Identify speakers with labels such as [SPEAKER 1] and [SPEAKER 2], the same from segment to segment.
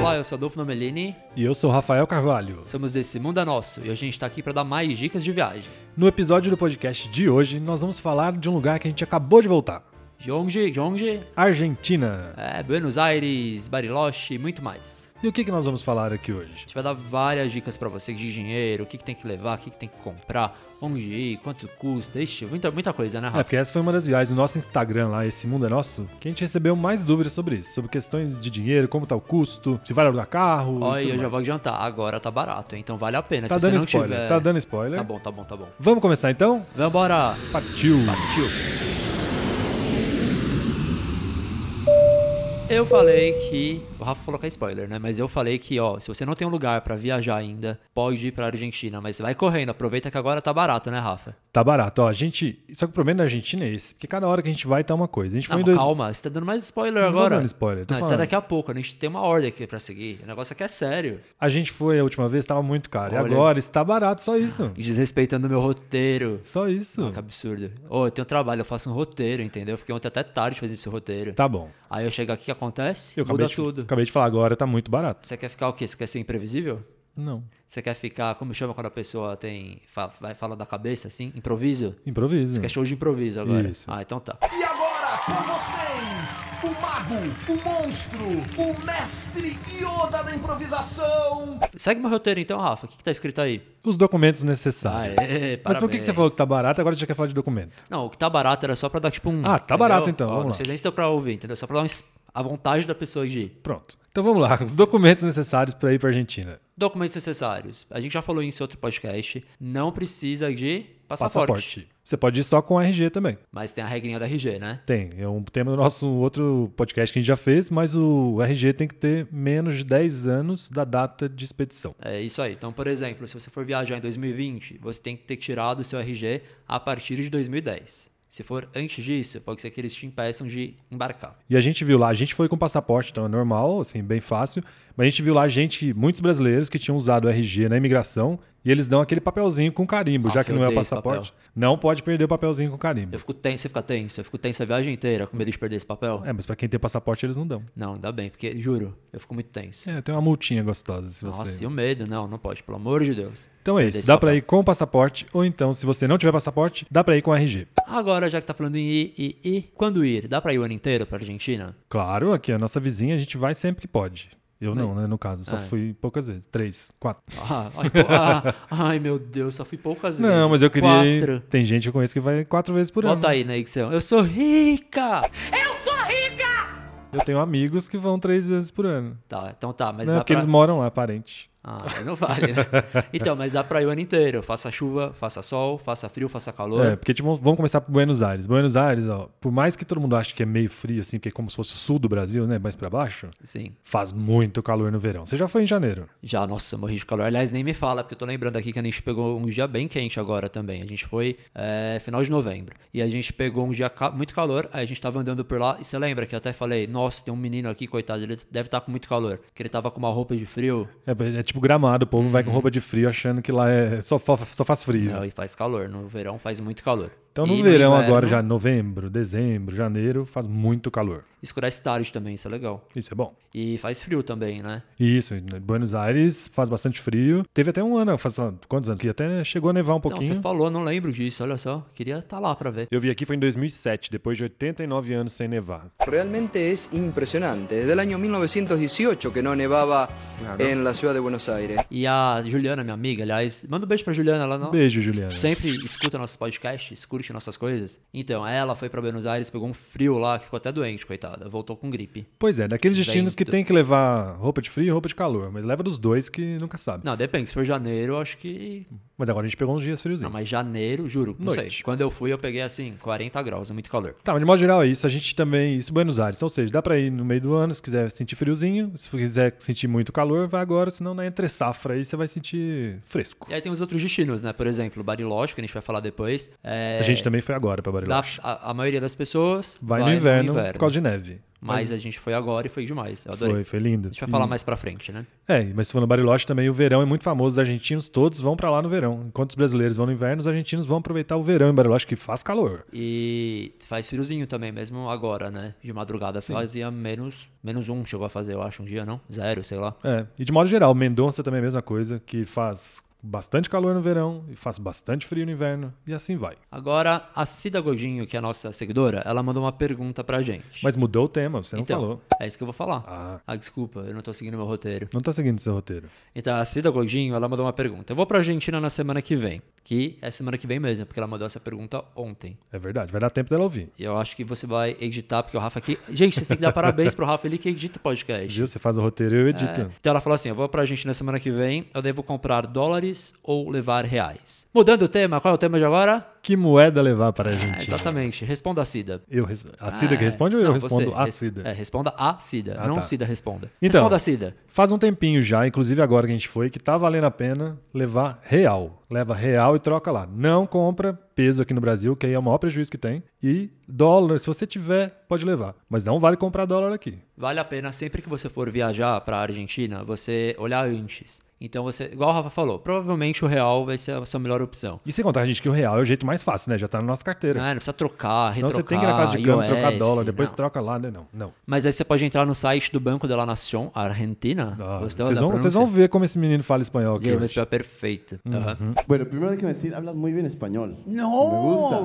[SPEAKER 1] Olá, eu sou Adolfo Nomelini,
[SPEAKER 2] E eu sou Rafael Carvalho.
[SPEAKER 1] somos desse Mundo é Nosso e a gente tá aqui para dar mais dicas de viagem.
[SPEAKER 2] No episódio do podcast de hoje, nós vamos falar de um lugar que a gente acabou de voltar:
[SPEAKER 1] Jonge, Jonge,
[SPEAKER 2] Argentina.
[SPEAKER 1] é, Buenos Aires, Bariloche e muito mais.
[SPEAKER 2] E o que, que nós vamos falar aqui
[SPEAKER 1] A
[SPEAKER 2] hoje?
[SPEAKER 1] gente vai dar várias dicas para você de dinheiro, o que, que tem que levar, o que, que tem que comprar, onde ir, quanto custa, ixi, muita, muita coisa, né,
[SPEAKER 2] É,
[SPEAKER 1] Rafa?
[SPEAKER 2] porque essa foi uma das viagens do nosso Instagram lá, Esse Mundo é Nosso, que a gente recebeu mais dúvidas sobre isso, sobre questões de dinheiro, como tá o custo, se vai alugar carro. e
[SPEAKER 1] Olha, eu
[SPEAKER 2] tudo
[SPEAKER 1] já
[SPEAKER 2] mais.
[SPEAKER 1] vou adiantar, agora tá barato, hein, então vale a pena.
[SPEAKER 2] Tá
[SPEAKER 1] Se você
[SPEAKER 2] dando
[SPEAKER 1] não
[SPEAKER 2] spoiler,
[SPEAKER 1] tiver...
[SPEAKER 2] tá dando spoiler.
[SPEAKER 1] Tá bom, tá bom, tá bom.
[SPEAKER 2] Vamos começar então?
[SPEAKER 1] Vambora!
[SPEAKER 2] Partiu!
[SPEAKER 1] Tio. Eu falei que. O Rafa falou que é spoiler, né? Mas eu falei que, ó, se você não tem um lugar pra viajar ainda, pode ir pra Argentina, mas vai correndo, aproveita que agora tá barato, né, Rafa?
[SPEAKER 2] Tá barato, ó. A gente. Só que o problema da Argentina é esse, porque cada hora que a gente vai tá uma coisa. A gente foi
[SPEAKER 1] Não,
[SPEAKER 2] em dois.
[SPEAKER 1] calma, você tá dando mais spoiler
[SPEAKER 2] Não tô
[SPEAKER 1] agora.
[SPEAKER 2] dando spoiler, tô
[SPEAKER 1] não, isso é
[SPEAKER 2] falando.
[SPEAKER 1] daqui a pouco, a gente tem uma ordem aqui pra seguir. O negócio aqui é sério.
[SPEAKER 2] A gente foi a última vez, tava muito caro.
[SPEAKER 1] Olha. Ah.
[SPEAKER 2] E agora está barato, só isso.
[SPEAKER 1] Desrespeitando meu roteiro.
[SPEAKER 2] Só isso.
[SPEAKER 1] Que absurdo. Ô, eu tenho trabalho, eu faço um roteiro, entendeu? Eu fiquei ontem até tarde fazendo esse roteiro.
[SPEAKER 2] Tá bom.
[SPEAKER 1] Aí eu chego aqui, o que acontece?
[SPEAKER 2] Eu
[SPEAKER 1] Muda
[SPEAKER 2] acabei de,
[SPEAKER 1] tudo.
[SPEAKER 2] acabei de falar agora, tá muito barato.
[SPEAKER 1] Você quer ficar o quê? Você quer ser imprevisível?
[SPEAKER 2] Não.
[SPEAKER 1] Você quer ficar, como chama quando a pessoa tem. fa- vai falar da cabeça, assim? Improviso?
[SPEAKER 2] Improviso.
[SPEAKER 1] Você quer show de improviso agora?
[SPEAKER 2] Isso.
[SPEAKER 1] Ah, então tá.
[SPEAKER 3] E agora com vocês, o mago, o monstro, o mestre Yoda da improvisação.
[SPEAKER 1] Segue meu roteiro então, Rafa. O que, que tá escrito aí?
[SPEAKER 2] Os documentos necessários.
[SPEAKER 1] Aê,
[SPEAKER 2] Mas por que, que você
[SPEAKER 1] Ah, é. parabéns.
[SPEAKER 2] falou que tá barato? Agora você já quer falar de documento.
[SPEAKER 1] Não, o que tá barato era só pra dar tipo um.
[SPEAKER 2] Ah, tá barato, então,
[SPEAKER 1] Ó,
[SPEAKER 2] vamos
[SPEAKER 1] não
[SPEAKER 2] lá.
[SPEAKER 1] sei nem se deu pra ouvir, entendeu? Só pra dar um es- a vontade da pessoa de ir.
[SPEAKER 2] Pronto. Então vamos lá. Os documentos necessários para ir pra Argentina.
[SPEAKER 1] Documentos necessários. A gente já falou isso em outro podcast. Não precisa de passaporte.
[SPEAKER 2] Passaporte. Você pode ir só com RG também.
[SPEAKER 1] Mas tem a regrinha da RG, né?
[SPEAKER 2] Tem. É um tema do nosso outro podcast que a gente já fez, mas o RG tem que ter menos de 10 anos da data de expedição.
[SPEAKER 1] É isso aí. Então, por exemplo, se você for viajar em 2020, você tem que ter tirado o seu RG a partir de 2010. Se for antes disso, pode ser que eles te impeçam de embarcar.
[SPEAKER 2] E a gente viu lá, a gente foi com passaporte, então é normal, assim, bem fácil. Mas a gente viu lá gente, muitos brasileiros que tinham usado o RG na imigração e eles dão aquele papelzinho com carimbo,
[SPEAKER 1] Ah,
[SPEAKER 2] já que
[SPEAKER 1] eu
[SPEAKER 2] não é o
[SPEAKER 1] odeio esse
[SPEAKER 2] passaporte. Não pode perder o papelzinho com carimbo.
[SPEAKER 1] Eu fico tenso, você fica tenso, eu fico tenso a viagem inteira com medo de perder esse papel.
[SPEAKER 2] É, mas pra quem tem passaporte eles não dão.
[SPEAKER 1] Não, ainda bem, porque juro, eu fico muito tenso.
[SPEAKER 2] É, tem uma multinha gostosa se você.
[SPEAKER 1] Nossa, e o medo? Não, não pode, pelo amor de Deus.
[SPEAKER 2] Então é
[SPEAKER 1] Perder
[SPEAKER 2] isso,
[SPEAKER 1] esse
[SPEAKER 2] dá
[SPEAKER 1] papel.
[SPEAKER 2] pra ir com o passaporte ou então se você não tiver passaporte, dá pra ir com o RG.
[SPEAKER 1] Agora, já que tá falando em ir, ir, ir, quando ir? Dá pra ir o ano inteiro pra Argentina?
[SPEAKER 2] Claro, aqui a nossa vizinha, a gente vai sempre que pode. Eu não, né, no caso, só
[SPEAKER 1] Ah.
[SPEAKER 2] fui poucas vezes, três, quatro.
[SPEAKER 1] Ah, ai, pô, ah, ai, meu Deus, só fui poucas vezes.
[SPEAKER 2] Não, mas eu queria. ir-
[SPEAKER 1] Quatro.
[SPEAKER 2] Tem gente que eu conheço que vai quatro vezes por ano.
[SPEAKER 1] Bota aí na edição. Eu sou rica!
[SPEAKER 2] Eu tenho amigos que vão três vezes por ano.
[SPEAKER 1] Tá, então tá, mas
[SPEAKER 2] não,
[SPEAKER 1] dá
[SPEAKER 2] porque
[SPEAKER 1] pra...
[SPEAKER 2] eles moram lá, parente.
[SPEAKER 1] Ah, aí não vale, né? Então, mas dá pra ir o ano inteiro. Faça chuva, faça sol, faça frio, faça calor.
[SPEAKER 2] É, porque tipo, vamos- vamos começar por Buenos Aires. Buenos Aires, ó, por mais que todo mundo ache que é meio frio, assim, porque é como se fosse o sul do Brasil, né? Mais pra baixo,
[SPEAKER 1] Sim.
[SPEAKER 2] faz muito calor no verão. Você já foi em janeiro.
[SPEAKER 1] Já, nossa, morri de calor. Aliás, nem me fala, porque eu tô lembrando aqui que a gente pegou um dia bem quente agora também. A gente foi é, final de novembro. E a gente pegou um dia ca- muito calor, aí a gente tava andando por lá. E você lembra que eu até falei, nossa, tem um menino aqui, coitado, ele deve estar com muito calor. Que ele tava com uma roupa de frio.
[SPEAKER 2] É, é tipo gramado, o povo vai com roupa de frio achando que lá é só, fa- só faz frio.
[SPEAKER 1] Uhum. Não, e faz calor. No verão faz muito calor.
[SPEAKER 2] Então no
[SPEAKER 1] E
[SPEAKER 2] verão agora,
[SPEAKER 1] inverno,
[SPEAKER 2] já novembro, dezembro, janeiro, faz muito calor.
[SPEAKER 1] Escurece tarde também, isso é legal.
[SPEAKER 2] Isso é bom.
[SPEAKER 1] E faz frio também, né?
[SPEAKER 2] Isso, em Buenos Aires faz bastante frio. Teve até um ano, faz ah, quantos anos? Que até chegou a nevar um
[SPEAKER 1] Então,
[SPEAKER 2] pouquinho.
[SPEAKER 1] você falou, não lembro disso, olha só. Queria estar lá pra ver.
[SPEAKER 2] Eu vi aqui foi em 2007, depois de 89 anos sem nevar.
[SPEAKER 4] Realmente es impresionante. Desde el año 1918 que no nevaba en la ciudad de Buenos Aires.
[SPEAKER 1] E a Juliana, minha amiga, aliás, manda um beijo pra Juliana lá não.
[SPEAKER 2] Beijo, Juliana.
[SPEAKER 1] Sempre escuta nossos podcasts, curte nossas coisas. Então, ela foi pra Buenos Aires, pegou um frio lá, que ficou até doente, coitada. Voltou com gripe.
[SPEAKER 2] Pois é, daqueles destinos que
[SPEAKER 1] Vento.
[SPEAKER 2] tem que levar roupa de frio e roupa de calor, mas leva dos dois que nunca sabe.
[SPEAKER 1] Não, depende. Se for janeiro, eu acho que.
[SPEAKER 2] Mas agora a gente pegou uns dias friozinhos.
[SPEAKER 1] Não, mas janeiro, juro. Não
[SPEAKER 2] Noite.
[SPEAKER 1] sei. Quando eu fui, eu peguei assim, 40 graus, muito calor.
[SPEAKER 2] Tá, mas de modo geral é isso. A gente também. Isso, Buenos Aires. Ou seja, dá pra ir no meio do ano, se quiser sentir friozinho. Se quiser sentir muito calor, vai agora, senão na entre safra aí você vai sentir fresco.
[SPEAKER 1] E aí tem os outros destinos, né? Por exemplo, Bariloche, que a gente vai falar depois. É,
[SPEAKER 2] A gente gente também foi agora pra
[SPEAKER 1] Da-
[SPEAKER 2] Bariloche.
[SPEAKER 1] a, a maioria das pessoas
[SPEAKER 2] Vai, no, inverno, por causa de neve.
[SPEAKER 1] Mas a gente foi agora e foi demais. Eu adorei.
[SPEAKER 2] Foi, foi lindo.
[SPEAKER 1] A gente vai falar mais pra frente, né?
[SPEAKER 2] É, mas falando Bariloche também, o verão é muito famoso. Os argentinos todos vão pra lá no verão. Enquanto os brasileiros vão no inverno, os argentinos vão aproveitar o verão em Bariloche, que faz calor.
[SPEAKER 1] E faz friozinho também, mesmo agora, né? De madrugada fazia menos, menos um, chegou a fazer, eu acho, um dia, não? Zero, sei lá.
[SPEAKER 2] É, e de modo geral, Mendonça também é a mesma coisa, que faz bastante calor no verão e faz bastante frio no inverno, e assim vai.
[SPEAKER 1] Agora, a Cida Godinho, que é a nossa seguidora, ela mandou uma pergunta pra gente.
[SPEAKER 2] Mas mudou o tema, você não
[SPEAKER 1] então,
[SPEAKER 2] falou.
[SPEAKER 1] é isso que eu vou falar.
[SPEAKER 2] Ah.
[SPEAKER 1] desculpa, eu não tô seguindo meu roteiro.
[SPEAKER 2] Não tá seguindo seu roteiro.
[SPEAKER 1] Então, a Cida Godinho, ela mandou uma pergunta. Eu vou pra Argentina na semana que vem. Que é semana que vem mesmo, porque ela mandou essa pergunta ontem.
[SPEAKER 2] É verdade, vai dar tempo dela ouvir.
[SPEAKER 1] E eu acho que você vai editar, porque o Rafa aqui. Gente, vocês têm que dar parabéns pro Rafa, ele que edita o podcast.
[SPEAKER 2] Viu? Você faz o roteiro e eu edito.
[SPEAKER 1] É. Então ela falou assim: eu vou pra Argentina semana que vem, eu devo comprar dólares ou levar reais. Mudando o tema, qual é o tema de agora?
[SPEAKER 2] Que moeda levar para a
[SPEAKER 1] É,
[SPEAKER 2] Argentina?
[SPEAKER 1] exatamente, responda a Cida.
[SPEAKER 2] eu res- A Cida
[SPEAKER 1] Ah,
[SPEAKER 2] que responde ou eu
[SPEAKER 1] não,
[SPEAKER 2] respondo
[SPEAKER 1] você.
[SPEAKER 2] a
[SPEAKER 1] Res-
[SPEAKER 2] Cida?
[SPEAKER 1] É, responda a Cida,
[SPEAKER 2] Ah,
[SPEAKER 1] não
[SPEAKER 2] tá.
[SPEAKER 1] Cida responda.
[SPEAKER 2] Então.
[SPEAKER 1] Responda a Cida.
[SPEAKER 2] Faz um tempinho já, inclusive agora que a gente foi, que tá valendo a pena levar real. Leva real e troca lá. Não compra peso aqui no Brasil, que aí é o maior prejuízo que tem. E dólar, se você tiver, pode levar. Mas não vale comprar dólar aqui.
[SPEAKER 1] Vale a pena sempre que você for viajar pra Argentina, você olhar antes. Então você, igual o Rafa falou, provavelmente o real vai ser a sua melhor opção.
[SPEAKER 2] E sem contar, gente, que o real é o jeito mais fácil, né? Já tá na nossa carteira.
[SPEAKER 1] Não, é, não precisa trocar,
[SPEAKER 2] então
[SPEAKER 1] retrocar.
[SPEAKER 2] você tem que ir na casa de câmbio, trocar
[SPEAKER 1] IOF,
[SPEAKER 2] dólar, depois
[SPEAKER 1] não.
[SPEAKER 2] troca lá, né? Não, não.
[SPEAKER 1] Mas aí você pode entrar no site do Banco de la Nación Argentina.
[SPEAKER 2] Ah,
[SPEAKER 1] Gostou
[SPEAKER 2] vocês,
[SPEAKER 1] da
[SPEAKER 2] vão, vocês
[SPEAKER 1] pronúncia?
[SPEAKER 2] vão ver como esse menino fala espanhol aqui.
[SPEAKER 1] Diego
[SPEAKER 2] hoje.
[SPEAKER 1] Vespa, perfeito. Aham.
[SPEAKER 5] Bueno, primero hay que decir, hablas muy bien español.
[SPEAKER 3] No.
[SPEAKER 5] Me gusta.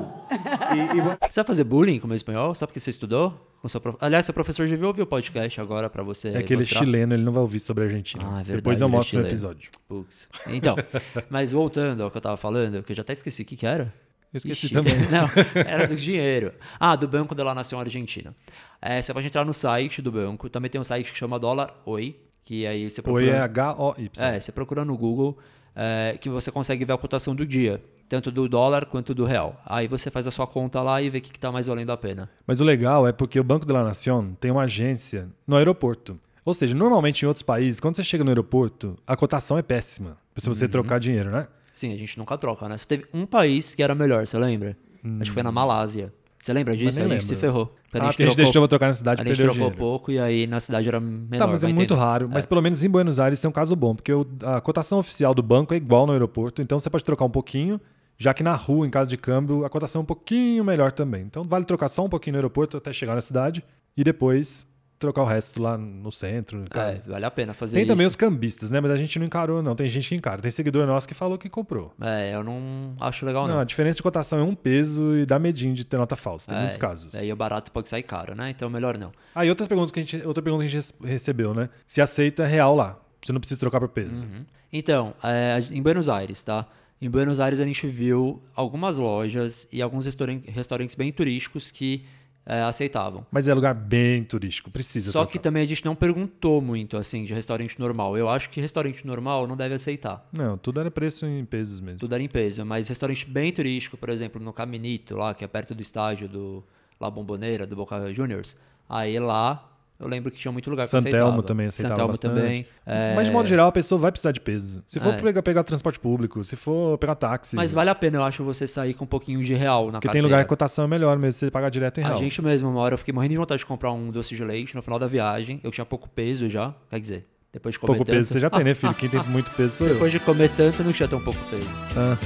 [SPEAKER 5] Y, y bueno,
[SPEAKER 1] Você vai fazer bullying com o meu espanhol? Só porque você estudou? Com seu prof... Aliás, seu professor devia ouvir o podcast agora pra você.
[SPEAKER 2] É aquele
[SPEAKER 1] mostrar.
[SPEAKER 2] chileno, ele não vai ouvir sobre a Argentina.
[SPEAKER 1] Ah, é verdade,
[SPEAKER 2] Depois eu
[SPEAKER 1] ele é
[SPEAKER 2] mostro no
[SPEAKER 1] chileno.
[SPEAKER 2] episódio.
[SPEAKER 1] Puts. Então, mas voltando ao que eu tava falando, que eu já até esqueci o que, que era.
[SPEAKER 2] Eu esqueci
[SPEAKER 1] Ixi,
[SPEAKER 2] também.
[SPEAKER 1] Não, era do dinheiro. Ah, do Banco da Nação Argentina. É, você pode entrar no site do banco. Também tem um site que chama Dólar Oi, que aí você
[SPEAKER 2] Foi
[SPEAKER 1] procura-
[SPEAKER 2] é H-O-Y.
[SPEAKER 1] É, você procura no Google é, que você consegue ver a cotação do dia, tanto do dólar quanto do real. Aí você faz a sua conta lá e vê o que, que tá mais valendo a pena.
[SPEAKER 2] Mas o legal é porque o Banco de la Nación tem uma agência no aeroporto. Ou seja, normalmente em outros países, quando você chega no aeroporto, a cotação é péssima. Se você
[SPEAKER 1] Uhum.
[SPEAKER 2] trocar dinheiro, né?
[SPEAKER 1] Sim, a gente nunca troca, né? Só teve um país que era melhor, você lembra? Acho que foi na Malásia. Você lembra disso? A
[SPEAKER 2] Hum. nem
[SPEAKER 1] gente
[SPEAKER 2] lembro.
[SPEAKER 1] se ferrou.
[SPEAKER 2] Ah, porque a gente deixou pra trocar na cidade
[SPEAKER 1] a
[SPEAKER 2] e
[SPEAKER 1] gente
[SPEAKER 2] perdeu
[SPEAKER 1] trocou
[SPEAKER 2] dinheiro.
[SPEAKER 1] pouco e aí na cidade era menor.
[SPEAKER 2] Tá, mas é
[SPEAKER 1] vai
[SPEAKER 2] muito
[SPEAKER 1] tendo.
[SPEAKER 2] raro. Mas pelo menos em Buenos Aires isso é um caso bom, porque o- a cotação oficial do banco é igual no aeroporto, então você pode trocar um pouquinho, já que na rua, em caso de câmbio, a cotação é um pouquinho melhor também. Então vale trocar só um pouquinho no aeroporto até chegar na cidade e depois trocar o resto lá no centro. em
[SPEAKER 1] É,
[SPEAKER 2] casa.
[SPEAKER 1] vale a pena fazer
[SPEAKER 2] Tem
[SPEAKER 1] isso.
[SPEAKER 2] também os cambistas, né? Mas a gente não encarou, não. Tem gente que encara. Tem seguidor nosso que falou que comprou.
[SPEAKER 1] É, eu não acho legal,
[SPEAKER 2] Não,
[SPEAKER 1] não.
[SPEAKER 2] a diferença de cotação é um peso e dá medinho de ter nota falsa. Tem
[SPEAKER 1] É,
[SPEAKER 2] muitos casos.
[SPEAKER 1] Daí o barato pode sair caro, né? Então melhor não.
[SPEAKER 2] Aí outras perguntas que a gente, outra pergunta que a gente res- recebeu, né? Se aceita real lá. Você não precisa trocar por peso.
[SPEAKER 1] Então, é, a gen- em Buenos Aires, tá? Em Buenos Aires a gente viu algumas lojas e alguns restauran- restaurantes bem turísticos que é, aceitavam.
[SPEAKER 2] Mas é lugar bem turístico. Precisa
[SPEAKER 1] Só
[SPEAKER 2] trocar.
[SPEAKER 1] que também a gente não perguntou muito, assim, de restaurante normal. Eu acho que restaurante normal não deve aceitar.
[SPEAKER 2] Não, tudo era preço em pesos mesmo.
[SPEAKER 1] Tudo era em peso. Mas restaurante bem turístico, por exemplo, no Caminito, lá, que é perto do estádio do La Bomboneira, do Boca Juniors. Aí lá, eu lembro que tinha muito lugar que aceitava.
[SPEAKER 2] Santelmo também aceitava
[SPEAKER 1] Santelmo
[SPEAKER 2] bastante.
[SPEAKER 1] também. é,
[SPEAKER 2] Mas de modo geral, a pessoa vai precisar de peso. Se for
[SPEAKER 1] É.
[SPEAKER 2] pegar, pegar transporte público, se for pegar táxi.
[SPEAKER 1] Mas vale a pena, eu acho, você sair com um pouquinho de real na
[SPEAKER 2] Porque
[SPEAKER 1] carteira.
[SPEAKER 2] tem lugar que a cotação é melhor mesmo, se você pagar direto em real.
[SPEAKER 1] A gente mesmo, uma hora eu fiquei morrendo de vontade de comprar um doce de leite no final da viagem. Eu tinha pouco peso já, quer dizer, depois de comer
[SPEAKER 2] Pouco
[SPEAKER 1] tanto.
[SPEAKER 2] peso você já tem, né, filho? Quem tem muito peso sou eu.
[SPEAKER 1] Depois de comer tanto, não tinha tão pouco peso.
[SPEAKER 2] Ah,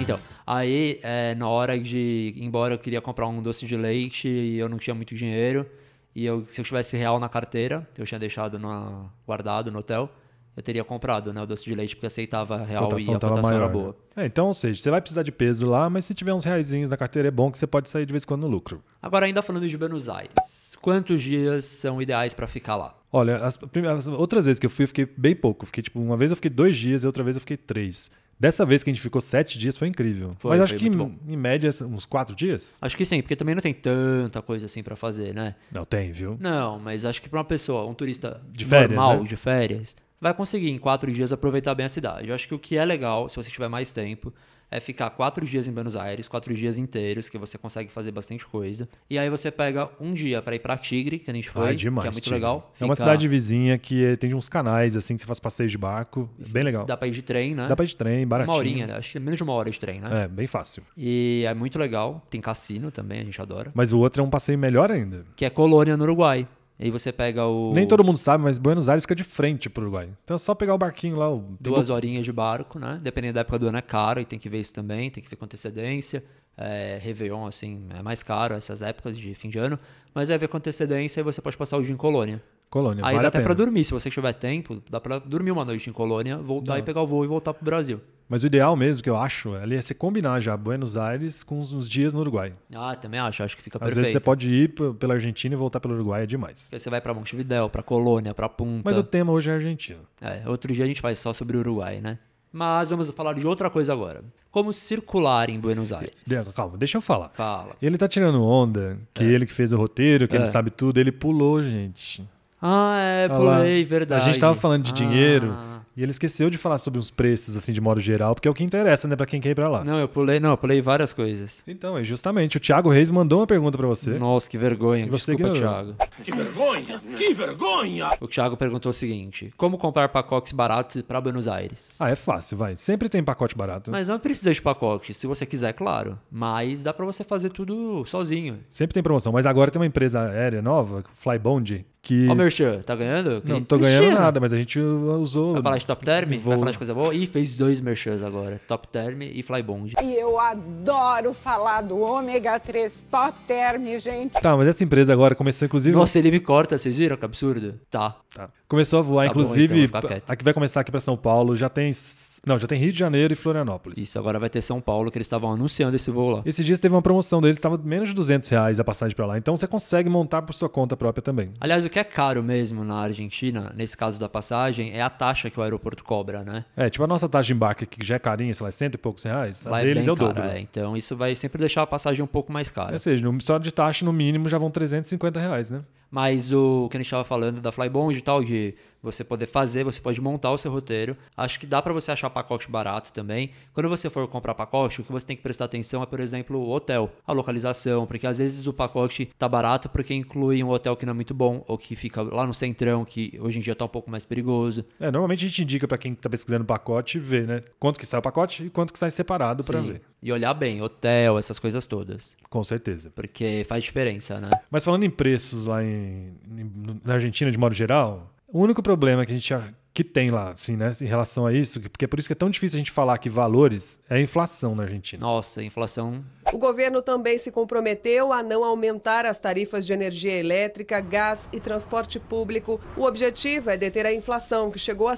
[SPEAKER 1] Então, aí é, na hora de ir embora eu queria comprar um doce de leite e eu não tinha muito dinheiro. E eu, se eu tivesse real na carteira, eu tinha deixado na- guardado no hotel, eu teria comprado né, o doce de leite porque aceitava
[SPEAKER 2] a
[SPEAKER 1] real
[SPEAKER 2] cotação
[SPEAKER 1] e a
[SPEAKER 2] tava
[SPEAKER 1] cotação
[SPEAKER 2] maior.
[SPEAKER 1] era boa.
[SPEAKER 2] né? É, então, ou seja, você vai precisar de peso lá, mas se tiver uns reaisinhos na carteira é bom que você pode sair de vez em quando no lucro.
[SPEAKER 1] Agora, ainda falando de Buenos Aires, quantos dias são ideais pra ficar lá?
[SPEAKER 2] Olha, as, primeiras- as outras vezes que eu fui, eu fiquei bem pouco. Fiquei, tipo, uma vez eu fiquei dois dias e outra vez eu fiquei três. Dessa vez que a gente ficou sete dias foi incrível.
[SPEAKER 1] Foi,
[SPEAKER 2] mas acho
[SPEAKER 1] foi
[SPEAKER 2] que
[SPEAKER 1] muito
[SPEAKER 2] em, em média uns quatro dias?
[SPEAKER 1] Acho que sim, porque também não tem tanta coisa assim pra fazer, né?
[SPEAKER 2] Não tem, viu?
[SPEAKER 1] Não, mas acho que pra uma pessoa, um turista
[SPEAKER 2] De férias,
[SPEAKER 1] normal,
[SPEAKER 2] né?
[SPEAKER 1] de férias, vai conseguir em quatro dias aproveitar bem a cidade. Eu acho que o que é legal, se você tiver mais tempo, é ficar quatro dias em Buenos Aires, quatro dias inteiros, que você consegue fazer bastante coisa. E aí você pega um dia pra ir pra Tigre, que a gente foi,
[SPEAKER 2] Ah, demais,
[SPEAKER 1] que é muito
[SPEAKER 2] Tigre.
[SPEAKER 1] legal.
[SPEAKER 2] É uma
[SPEAKER 1] Fica-
[SPEAKER 2] cidade vizinha que eh, tem uns canais assim que você faz passeios de barco. É Bem legal.
[SPEAKER 1] Dá pra ir de trem, né?
[SPEAKER 2] Dá pra ir de trem, baratinho.
[SPEAKER 1] Uma horinha, né? acho que menos de uma hora de trem, né?
[SPEAKER 2] É, bem fácil.
[SPEAKER 1] E é muito legal. Tem cassino também, a gente adora.
[SPEAKER 2] Mas o outro é um passeio melhor ainda.
[SPEAKER 1] Que é Colônia no Uruguai. E aí você pega o.
[SPEAKER 2] Nem todo mundo sabe, mas Buenos Aires fica de frente pro Uruguai. Então é só pegar o barquinho lá. O... tem
[SPEAKER 1] Duas horinhas de barco, né? Dependendo da época do ano é caro e tem que ver isso também, tem que ver com antecedência. É, Réveillon, assim, é mais caro essas épocas de fim de ano. Mas é ver com antecedência e você pode passar o dia em Colônia.
[SPEAKER 2] Colônia,
[SPEAKER 1] Aí
[SPEAKER 2] vale
[SPEAKER 1] dá
[SPEAKER 2] a
[SPEAKER 1] até
[SPEAKER 2] pena.
[SPEAKER 1] pra dormir, se você tiver tempo, dá pra dormir uma noite em Colônia, voltar e pegar o voo e voltar pro Brasil.
[SPEAKER 2] Mas o ideal mesmo, que eu acho, ali é você combinar já Buenos Aires com uns, uns dias no Uruguai.
[SPEAKER 1] Ah, também acho, acho que fica
[SPEAKER 2] Às
[SPEAKER 1] perfeito. Então.
[SPEAKER 2] vezes você pode ir p- pela Argentina e voltar pelo Uruguai, é demais.
[SPEAKER 1] Porque você vai pra Montevidéu, pra Colônia, pra Punta.
[SPEAKER 2] Mas o tema hoje é a Argentina.
[SPEAKER 1] É, outro dia a gente faz só sobre o Uruguai, né? Mas vamos falar de outra coisa agora. Como circular em Buenos Aires.
[SPEAKER 2] Diego, calma, deixa eu falar.
[SPEAKER 1] Fala.
[SPEAKER 2] Ele tá tirando onda, que ele que fez o roteiro, que
[SPEAKER 1] É.
[SPEAKER 2] ele sabe tudo, ele pulou, gente.
[SPEAKER 1] Ah, é,
[SPEAKER 2] Olha lá.
[SPEAKER 1] pulei, verdade.
[SPEAKER 2] A gente tava falando de
[SPEAKER 1] Ah.
[SPEAKER 2] dinheiro e ele esqueceu de falar sobre os preços, assim, de modo geral, porque é o que interessa, né, pra quem quer ir pra lá.
[SPEAKER 1] Não, eu pulei, não, eu pulei várias coisas.
[SPEAKER 2] Então, é justamente, o Thiago Reis mandou uma pergunta pra você.
[SPEAKER 1] Nossa, que vergonha.
[SPEAKER 2] Você é
[SPEAKER 1] Desculpa,
[SPEAKER 2] ignorou.
[SPEAKER 1] Thiago. Que vergonha, que vergonha. O Thiago perguntou o seguinte: Como comprar pacotes baratos pra Buenos Aires?
[SPEAKER 2] Ah, é fácil, vai. Sempre tem pacote barato.
[SPEAKER 1] Mas não precisa de pacote, se você quiser, claro. Mas dá pra você fazer tudo sozinho.
[SPEAKER 2] Sempre tem promoção. Mas agora tem uma empresa aérea nova, Flybond, que...
[SPEAKER 1] Ó, Merchan, tá ganhando?
[SPEAKER 2] Não, não tô ganhando nada, mas a gente usou...
[SPEAKER 1] Vai falar de Top Term? Vai
[SPEAKER 2] Vou-
[SPEAKER 1] falar de coisa boa? Ih, fez dois merchans agora. Top Term e Flybond.
[SPEAKER 6] E eu adoro falar do ômega 3 top term, gente.
[SPEAKER 2] Tá, mas essa empresa agora começou, inclusive...
[SPEAKER 1] Nossa, ele me corta, vocês viram que absurdo? Tá.
[SPEAKER 2] Tá. Começou a voar,
[SPEAKER 1] Tá bom,
[SPEAKER 2] inclusive,
[SPEAKER 1] então, fica quieto.
[SPEAKER 2] a que vai começar aqui pra São Paulo, já tem... s- Não, já tem Rio de Janeiro e Florianópolis.
[SPEAKER 1] Isso, agora vai ter São Paulo, que eles estavam anunciando esse voo lá.
[SPEAKER 2] Esses dias teve uma promoção dele, tava menos de 200 reais a passagem pra lá. Então você consegue montar por sua conta própria também.
[SPEAKER 1] Aliás, o que é caro mesmo na Argentina, nesse caso da passagem, é a taxa que o aeroporto cobra, né?
[SPEAKER 2] É, tipo a nossa taxa de embarque, que já é carinha, sei lá, cento e poucos reais, a
[SPEAKER 1] Lá
[SPEAKER 2] deles é o
[SPEAKER 1] bem cara,
[SPEAKER 2] dobro.
[SPEAKER 1] é. Então isso vai sempre deixar a passagem um pouco mais cara.
[SPEAKER 2] Ou seja, no- só de taxa, no mínimo, já vão 350 reais, né?
[SPEAKER 1] Mas o que a gente estava falando da Flybond e tal, de você poder fazer, você pode montar o seu roteiro. Acho que dá para você achar pacote barato também. Quando você for comprar pacote, o que você tem que prestar atenção é, por exemplo, o hotel, a localização, porque às vezes o pacote tá barato porque inclui um hotel que não é muito bom ou que fica lá no centrão, que hoje em dia tá um pouco mais perigoso.
[SPEAKER 2] É, normalmente a gente indica pra quem tá pesquisando o pacote ver, né? Quanto que sai o pacote e quanto que sai separado pra
[SPEAKER 1] Sim.
[SPEAKER 2] ver.
[SPEAKER 1] E olhar bem, hotel, essas coisas todas,
[SPEAKER 2] Com certeza.
[SPEAKER 1] porque faz diferença, né?
[SPEAKER 2] Mas falando em preços lá em, em- na Argentina, de modo geral, o único problema que a gente a- que tem lá, assim, né, em relação a isso, que- porque é por isso que é tão difícil a gente falar que valores é a inflação na Argentina.
[SPEAKER 1] Nossa, a inflação
[SPEAKER 7] O governo também se comprometeu a não aumentar as tarifas de energia elétrica, gás e transporte público. O objetivo é deter a inflação, que chegou a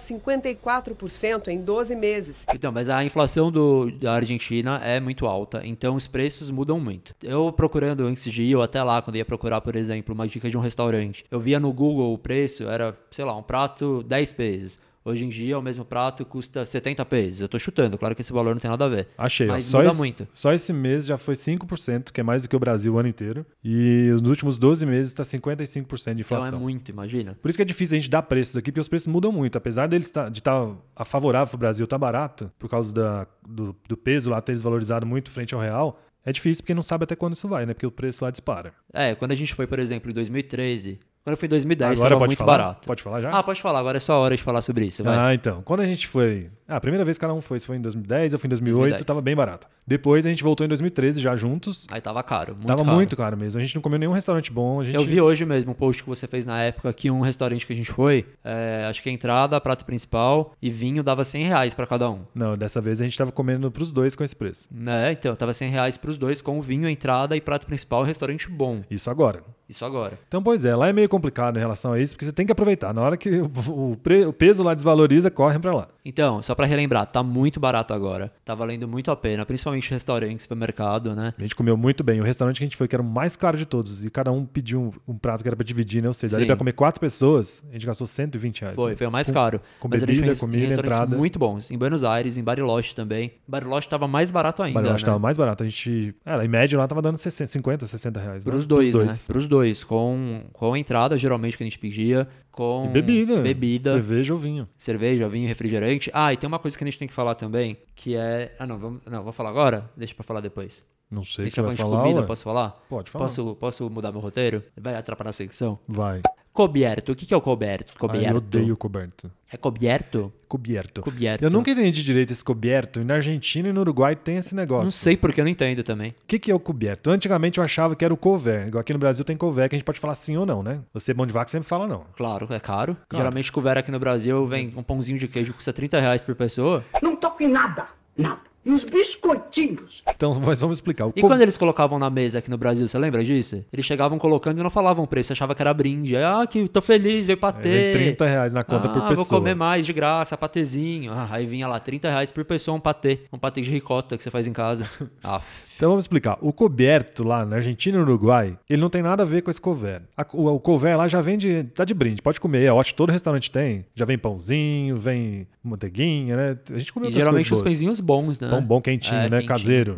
[SPEAKER 7] 54% em 12 meses.
[SPEAKER 1] Então, mas a inflação do- da Argentina é muito alta, então os preços mudam muito. Eu procurando antes de ir, ou até lá, quando ia procurar, por exemplo, uma dica de um restaurante, eu via no Google o preço, era, sei lá, um prato 10 pesos. Hoje em dia, o mesmo prato custa 70 pesos. Eu tô chutando, claro que esse valor não tem nada a ver.
[SPEAKER 2] Achei, ó,
[SPEAKER 1] Mas
[SPEAKER 2] só,
[SPEAKER 1] muda
[SPEAKER 2] esse,
[SPEAKER 1] muito.
[SPEAKER 2] só esse mês já foi 5%, que é mais do que o Brasil o ano inteiro. E nos últimos 12 meses tá está 55% de
[SPEAKER 1] Então
[SPEAKER 2] inflação.
[SPEAKER 1] é muito, imagina.
[SPEAKER 2] Por isso que é difícil a gente dar preços aqui, porque os preços mudam muito. Apesar deles tá- de estar a favorável para o Brasil, tá barato, por causa da- do, do peso lá ter desvalorizado muito frente ao real, é difícil porque não sabe até quando isso vai, né? Porque o preço lá dispara.
[SPEAKER 1] É, quando a gente foi, por exemplo, em 2013, quando eu fui em 2010,
[SPEAKER 2] Agora
[SPEAKER 1] estava
[SPEAKER 2] pode
[SPEAKER 1] muito
[SPEAKER 2] falar?
[SPEAKER 1] barato.
[SPEAKER 2] Pode falar já?
[SPEAKER 1] Ah, pode falar, agora é só a hora de falar sobre isso, vai.
[SPEAKER 2] Ah, então. Quando a gente foi. Ah, a primeira vez que cada um foi, se foi em 2010, eu fui em 2008,
[SPEAKER 1] 2010.
[SPEAKER 2] tava bem barato. Depois a gente voltou em 2013 já juntos.
[SPEAKER 1] Aí tava caro, muito
[SPEAKER 2] tava
[SPEAKER 1] caro.
[SPEAKER 2] muito caro mesmo. A gente não comeu nenhum restaurante bom. A gente...
[SPEAKER 1] Eu vi hoje mesmo um post que você fez na época que um restaurante que a gente foi, é, acho que a entrada, prato principal e vinho dava 100 reais pra cada um.
[SPEAKER 2] Não, dessa vez a gente tava comendo pros dois com esse preço.
[SPEAKER 1] Né? Então, tava 100 reais pros dois com vinho, entrada e prato principal, restaurante bom.
[SPEAKER 2] Isso agora.
[SPEAKER 1] Isso agora.
[SPEAKER 2] Então, pois é, lá é meio complicado em relação a isso, porque você tem que aproveitar. Na hora que o, o pre- o peso lá desvaloriza, correm pra lá.
[SPEAKER 1] Então, só pra relembrar, tá muito barato agora. Tá valendo muito a pena, principalmente restaurante, supermercado, né?
[SPEAKER 2] A gente comeu muito bem. O restaurante que a gente foi, que era o mais caro de todos, e cada um pediu um, um prato que era pra dividir, né? Ou seja, ali
[SPEAKER 1] Sim.
[SPEAKER 2] pra comer quatro pessoas, a gente gastou 120 reais.
[SPEAKER 1] Foi,
[SPEAKER 2] né?
[SPEAKER 1] foi o mais
[SPEAKER 2] Com-
[SPEAKER 1] caro.
[SPEAKER 2] com
[SPEAKER 1] Mas eles
[SPEAKER 2] bebida,
[SPEAKER 1] fez
[SPEAKER 2] comida,
[SPEAKER 1] restaurantes
[SPEAKER 2] entrada.
[SPEAKER 1] muito bons. Em Buenos Aires, em Bariloche também. Bariloche tava mais barato ainda.
[SPEAKER 2] Mas eu acho que
[SPEAKER 1] né?
[SPEAKER 2] é, tava mais barato. A gente. Era, em média lá tava dando 60, 50, 60 reais. né?
[SPEAKER 1] Pros dois, né? Pros dois. dois, com, com a entrada, geralmente, que a gente pedia, com
[SPEAKER 2] E bebida.
[SPEAKER 1] bebida,
[SPEAKER 2] Cerveja ou vinho.
[SPEAKER 1] cerveja, vinho, refrigerante. Ah, e tem uma coisa que a gente tem que falar também, que é... Ah, não, vamos, não, vou falar agora? Deixa pra falar depois.
[SPEAKER 2] Não
[SPEAKER 1] A
[SPEAKER 2] sei o
[SPEAKER 1] gente
[SPEAKER 2] que você
[SPEAKER 1] tá falando
[SPEAKER 2] vai
[SPEAKER 1] de
[SPEAKER 2] falar.
[SPEAKER 1] comida,
[SPEAKER 2] ué.
[SPEAKER 1] posso falar?
[SPEAKER 2] Pode falar.
[SPEAKER 1] Posso, posso mudar meu roteiro? Vai atrapalhar a secção?
[SPEAKER 2] Vai.
[SPEAKER 1] Coberto. O que que é o coberto?
[SPEAKER 2] Ai,
[SPEAKER 1] Coberto.
[SPEAKER 2] eu odeio coberto.
[SPEAKER 1] É coberto?
[SPEAKER 2] Coberto.
[SPEAKER 1] Coberto.
[SPEAKER 2] Eu nunca entendi direito esse coberto. E na Argentina e no Uruguai tem esse negócio.
[SPEAKER 1] Não sei porque eu não entendo também.
[SPEAKER 2] O que, que é o coberto? Antigamente eu achava que era o couvert. Igual aqui no Brasil tem couvert que a gente pode falar sim ou não, né? Você, bom de vaca, sempre fala não.
[SPEAKER 1] Claro, é caro. Geralmente couvert aqui no Brasil
[SPEAKER 2] É.
[SPEAKER 1] vem com um pãozinho de queijo, custa 30 reais por pessoa.
[SPEAKER 8] Não toco em nada, nada. E os biscoitinhos?
[SPEAKER 2] Então, mas vamos explicar. O
[SPEAKER 1] E
[SPEAKER 2] co-
[SPEAKER 1] quando é- eles colocavam na mesa aqui no Brasil, você lembra disso? Eles chegavam colocando e não falavam o preço, achava que era brinde. Aí, Ah, que tô feliz, veio
[SPEAKER 2] É,
[SPEAKER 1] patê.
[SPEAKER 2] vem 30 reais na conta
[SPEAKER 1] ah,
[SPEAKER 2] por pessoa.
[SPEAKER 1] vou comer mais de graça, patezinho. Ah, aí vinha lá 30 reais por pessoa um patê. Um patê de ricota que você faz em casa. ah,
[SPEAKER 2] Então vamos explicar. O coberto lá na Argentina e no Uruguai, ele não tem nada a ver com esse couvert. A- o, o couvert lá já vende, tá de brinde, pode comer, é ótimo, todo restaurante tem. Já vem pãozinho, vem manteiguinha, né? A gente
[SPEAKER 1] e
[SPEAKER 2] come outras
[SPEAKER 1] geralmente os
[SPEAKER 2] coisas boas.
[SPEAKER 1] pãezinhos bons, né?
[SPEAKER 2] Pão bom, quentinho,
[SPEAKER 1] É,
[SPEAKER 2] né?
[SPEAKER 1] quentinho. Uhum.
[SPEAKER 2] Caseiro.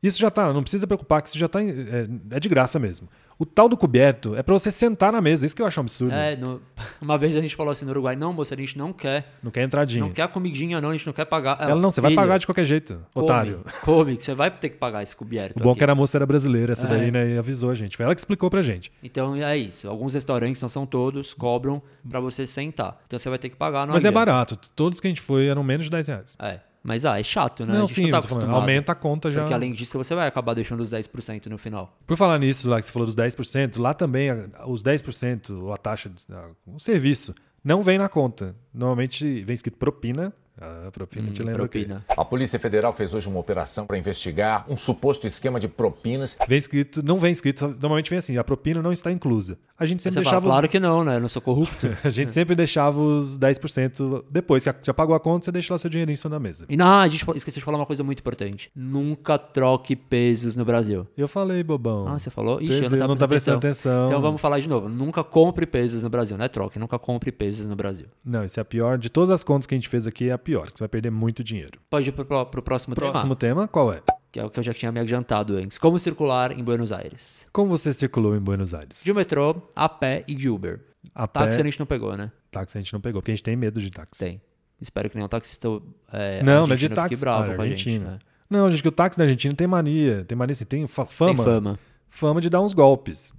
[SPEAKER 2] Isso já tá, não precisa preocupar que isso já tá, em- é, é de graça mesmo. O tal do coberto é pra você sentar na mesa, isso que eu acho um absurdo.
[SPEAKER 1] É, no- uma vez a gente falou assim no Uruguai, não, moça, a gente não quer.
[SPEAKER 2] Não quer entradinha.
[SPEAKER 1] Não quer a comidinha, não, a gente não quer pagar.
[SPEAKER 2] Ela não, você vai
[SPEAKER 1] "Filha,
[SPEAKER 2] pagar de qualquer jeito,
[SPEAKER 1] come,
[SPEAKER 2] otário.
[SPEAKER 1] Come, que você vai ter que pagar esse cubierto.
[SPEAKER 2] O bom é
[SPEAKER 1] aqui.
[SPEAKER 2] que era a moça era brasileira,
[SPEAKER 1] É.
[SPEAKER 2] essa daí, né? E avisou a gente. Foi ela que explicou pra gente.
[SPEAKER 1] Então é isso. Alguns restaurantes, não são todos, cobram pra você sentar. Então você vai ter que pagar no
[SPEAKER 2] Mas é
[SPEAKER 1] avião.
[SPEAKER 2] barato. Todos que a gente foi eram menos de 10 reais.
[SPEAKER 1] É. Mas ah, é chato, né? a
[SPEAKER 2] não,
[SPEAKER 1] gente
[SPEAKER 2] sim,
[SPEAKER 1] não tá
[SPEAKER 2] eu tô falando,
[SPEAKER 1] acostumado.
[SPEAKER 2] aumenta a conta já.
[SPEAKER 1] Porque além disso, você vai acabar deixando os 10% no final.
[SPEAKER 2] Por falar nisso, lá que você falou dos 10%, lá também a- os 10%, ou a taxa, de, a- o serviço, não vem na conta. Normalmente vem escrito propina. Ah, propina, te lembra o quê?
[SPEAKER 1] Hum, Propina.
[SPEAKER 9] A Polícia Federal fez hoje uma operação para investigar um suposto esquema de propinas
[SPEAKER 2] Vem escrito, não vem escrito, só- normalmente vem assim, a propina não está inclusa. A gente
[SPEAKER 1] Aí
[SPEAKER 2] sempre
[SPEAKER 1] Você fala,
[SPEAKER 2] deixava os-
[SPEAKER 1] claro que não, né? Eu não sou corrupto.
[SPEAKER 2] a gente sempre deixava os 10% depois que a- já pagou a conta, você deixa lá seu dinheirinho em cima da mesa.
[SPEAKER 1] e não, a gente fa- esqueci de falar uma coisa muito importante. Nunca troque pesos no Brasil.
[SPEAKER 2] Eu falei, bobão.
[SPEAKER 1] Ah, você falou? Ixi, eu
[SPEAKER 2] Perdeu,
[SPEAKER 1] não tava,
[SPEAKER 2] não tá prestando atenção.
[SPEAKER 1] Então vamos falar de novo. Nunca compre pesos no Brasil, não é troca. Nunca compre pesos no Brasil.
[SPEAKER 2] Não, isso é a pior. De todas as contas que a gente fez aqui, é a pior. que Você vai perder muito dinheiro.
[SPEAKER 1] Pode ir pro, pro- pro próximo,
[SPEAKER 2] Próximo
[SPEAKER 1] tema,
[SPEAKER 2] tema, qual é?
[SPEAKER 1] que é o que eu já tinha me adiantado antes. Como circular em Buenos Aires?
[SPEAKER 2] Como você circulou em Buenos Aires?
[SPEAKER 1] De metrô, a pé e de Uber.
[SPEAKER 2] A
[SPEAKER 1] Táxi
[SPEAKER 2] pé,
[SPEAKER 1] a gente não pegou, né?
[SPEAKER 2] táxi a gente não pegou, porque a gente tem medo de táxi.
[SPEAKER 1] Tem. Espero que nenhum taxista é,
[SPEAKER 2] Não, não é de
[SPEAKER 1] argentino
[SPEAKER 2] táxi.
[SPEAKER 1] fique bravo
[SPEAKER 2] cara,
[SPEAKER 1] com a gente.
[SPEAKER 2] argentino.
[SPEAKER 1] Né?
[SPEAKER 2] Não, gente, que o táxi na Argentina tem mania. Tem mania, assim, tem fa-
[SPEAKER 1] Tem
[SPEAKER 2] fama, fama.
[SPEAKER 1] fama.
[SPEAKER 2] de dar uns golpes.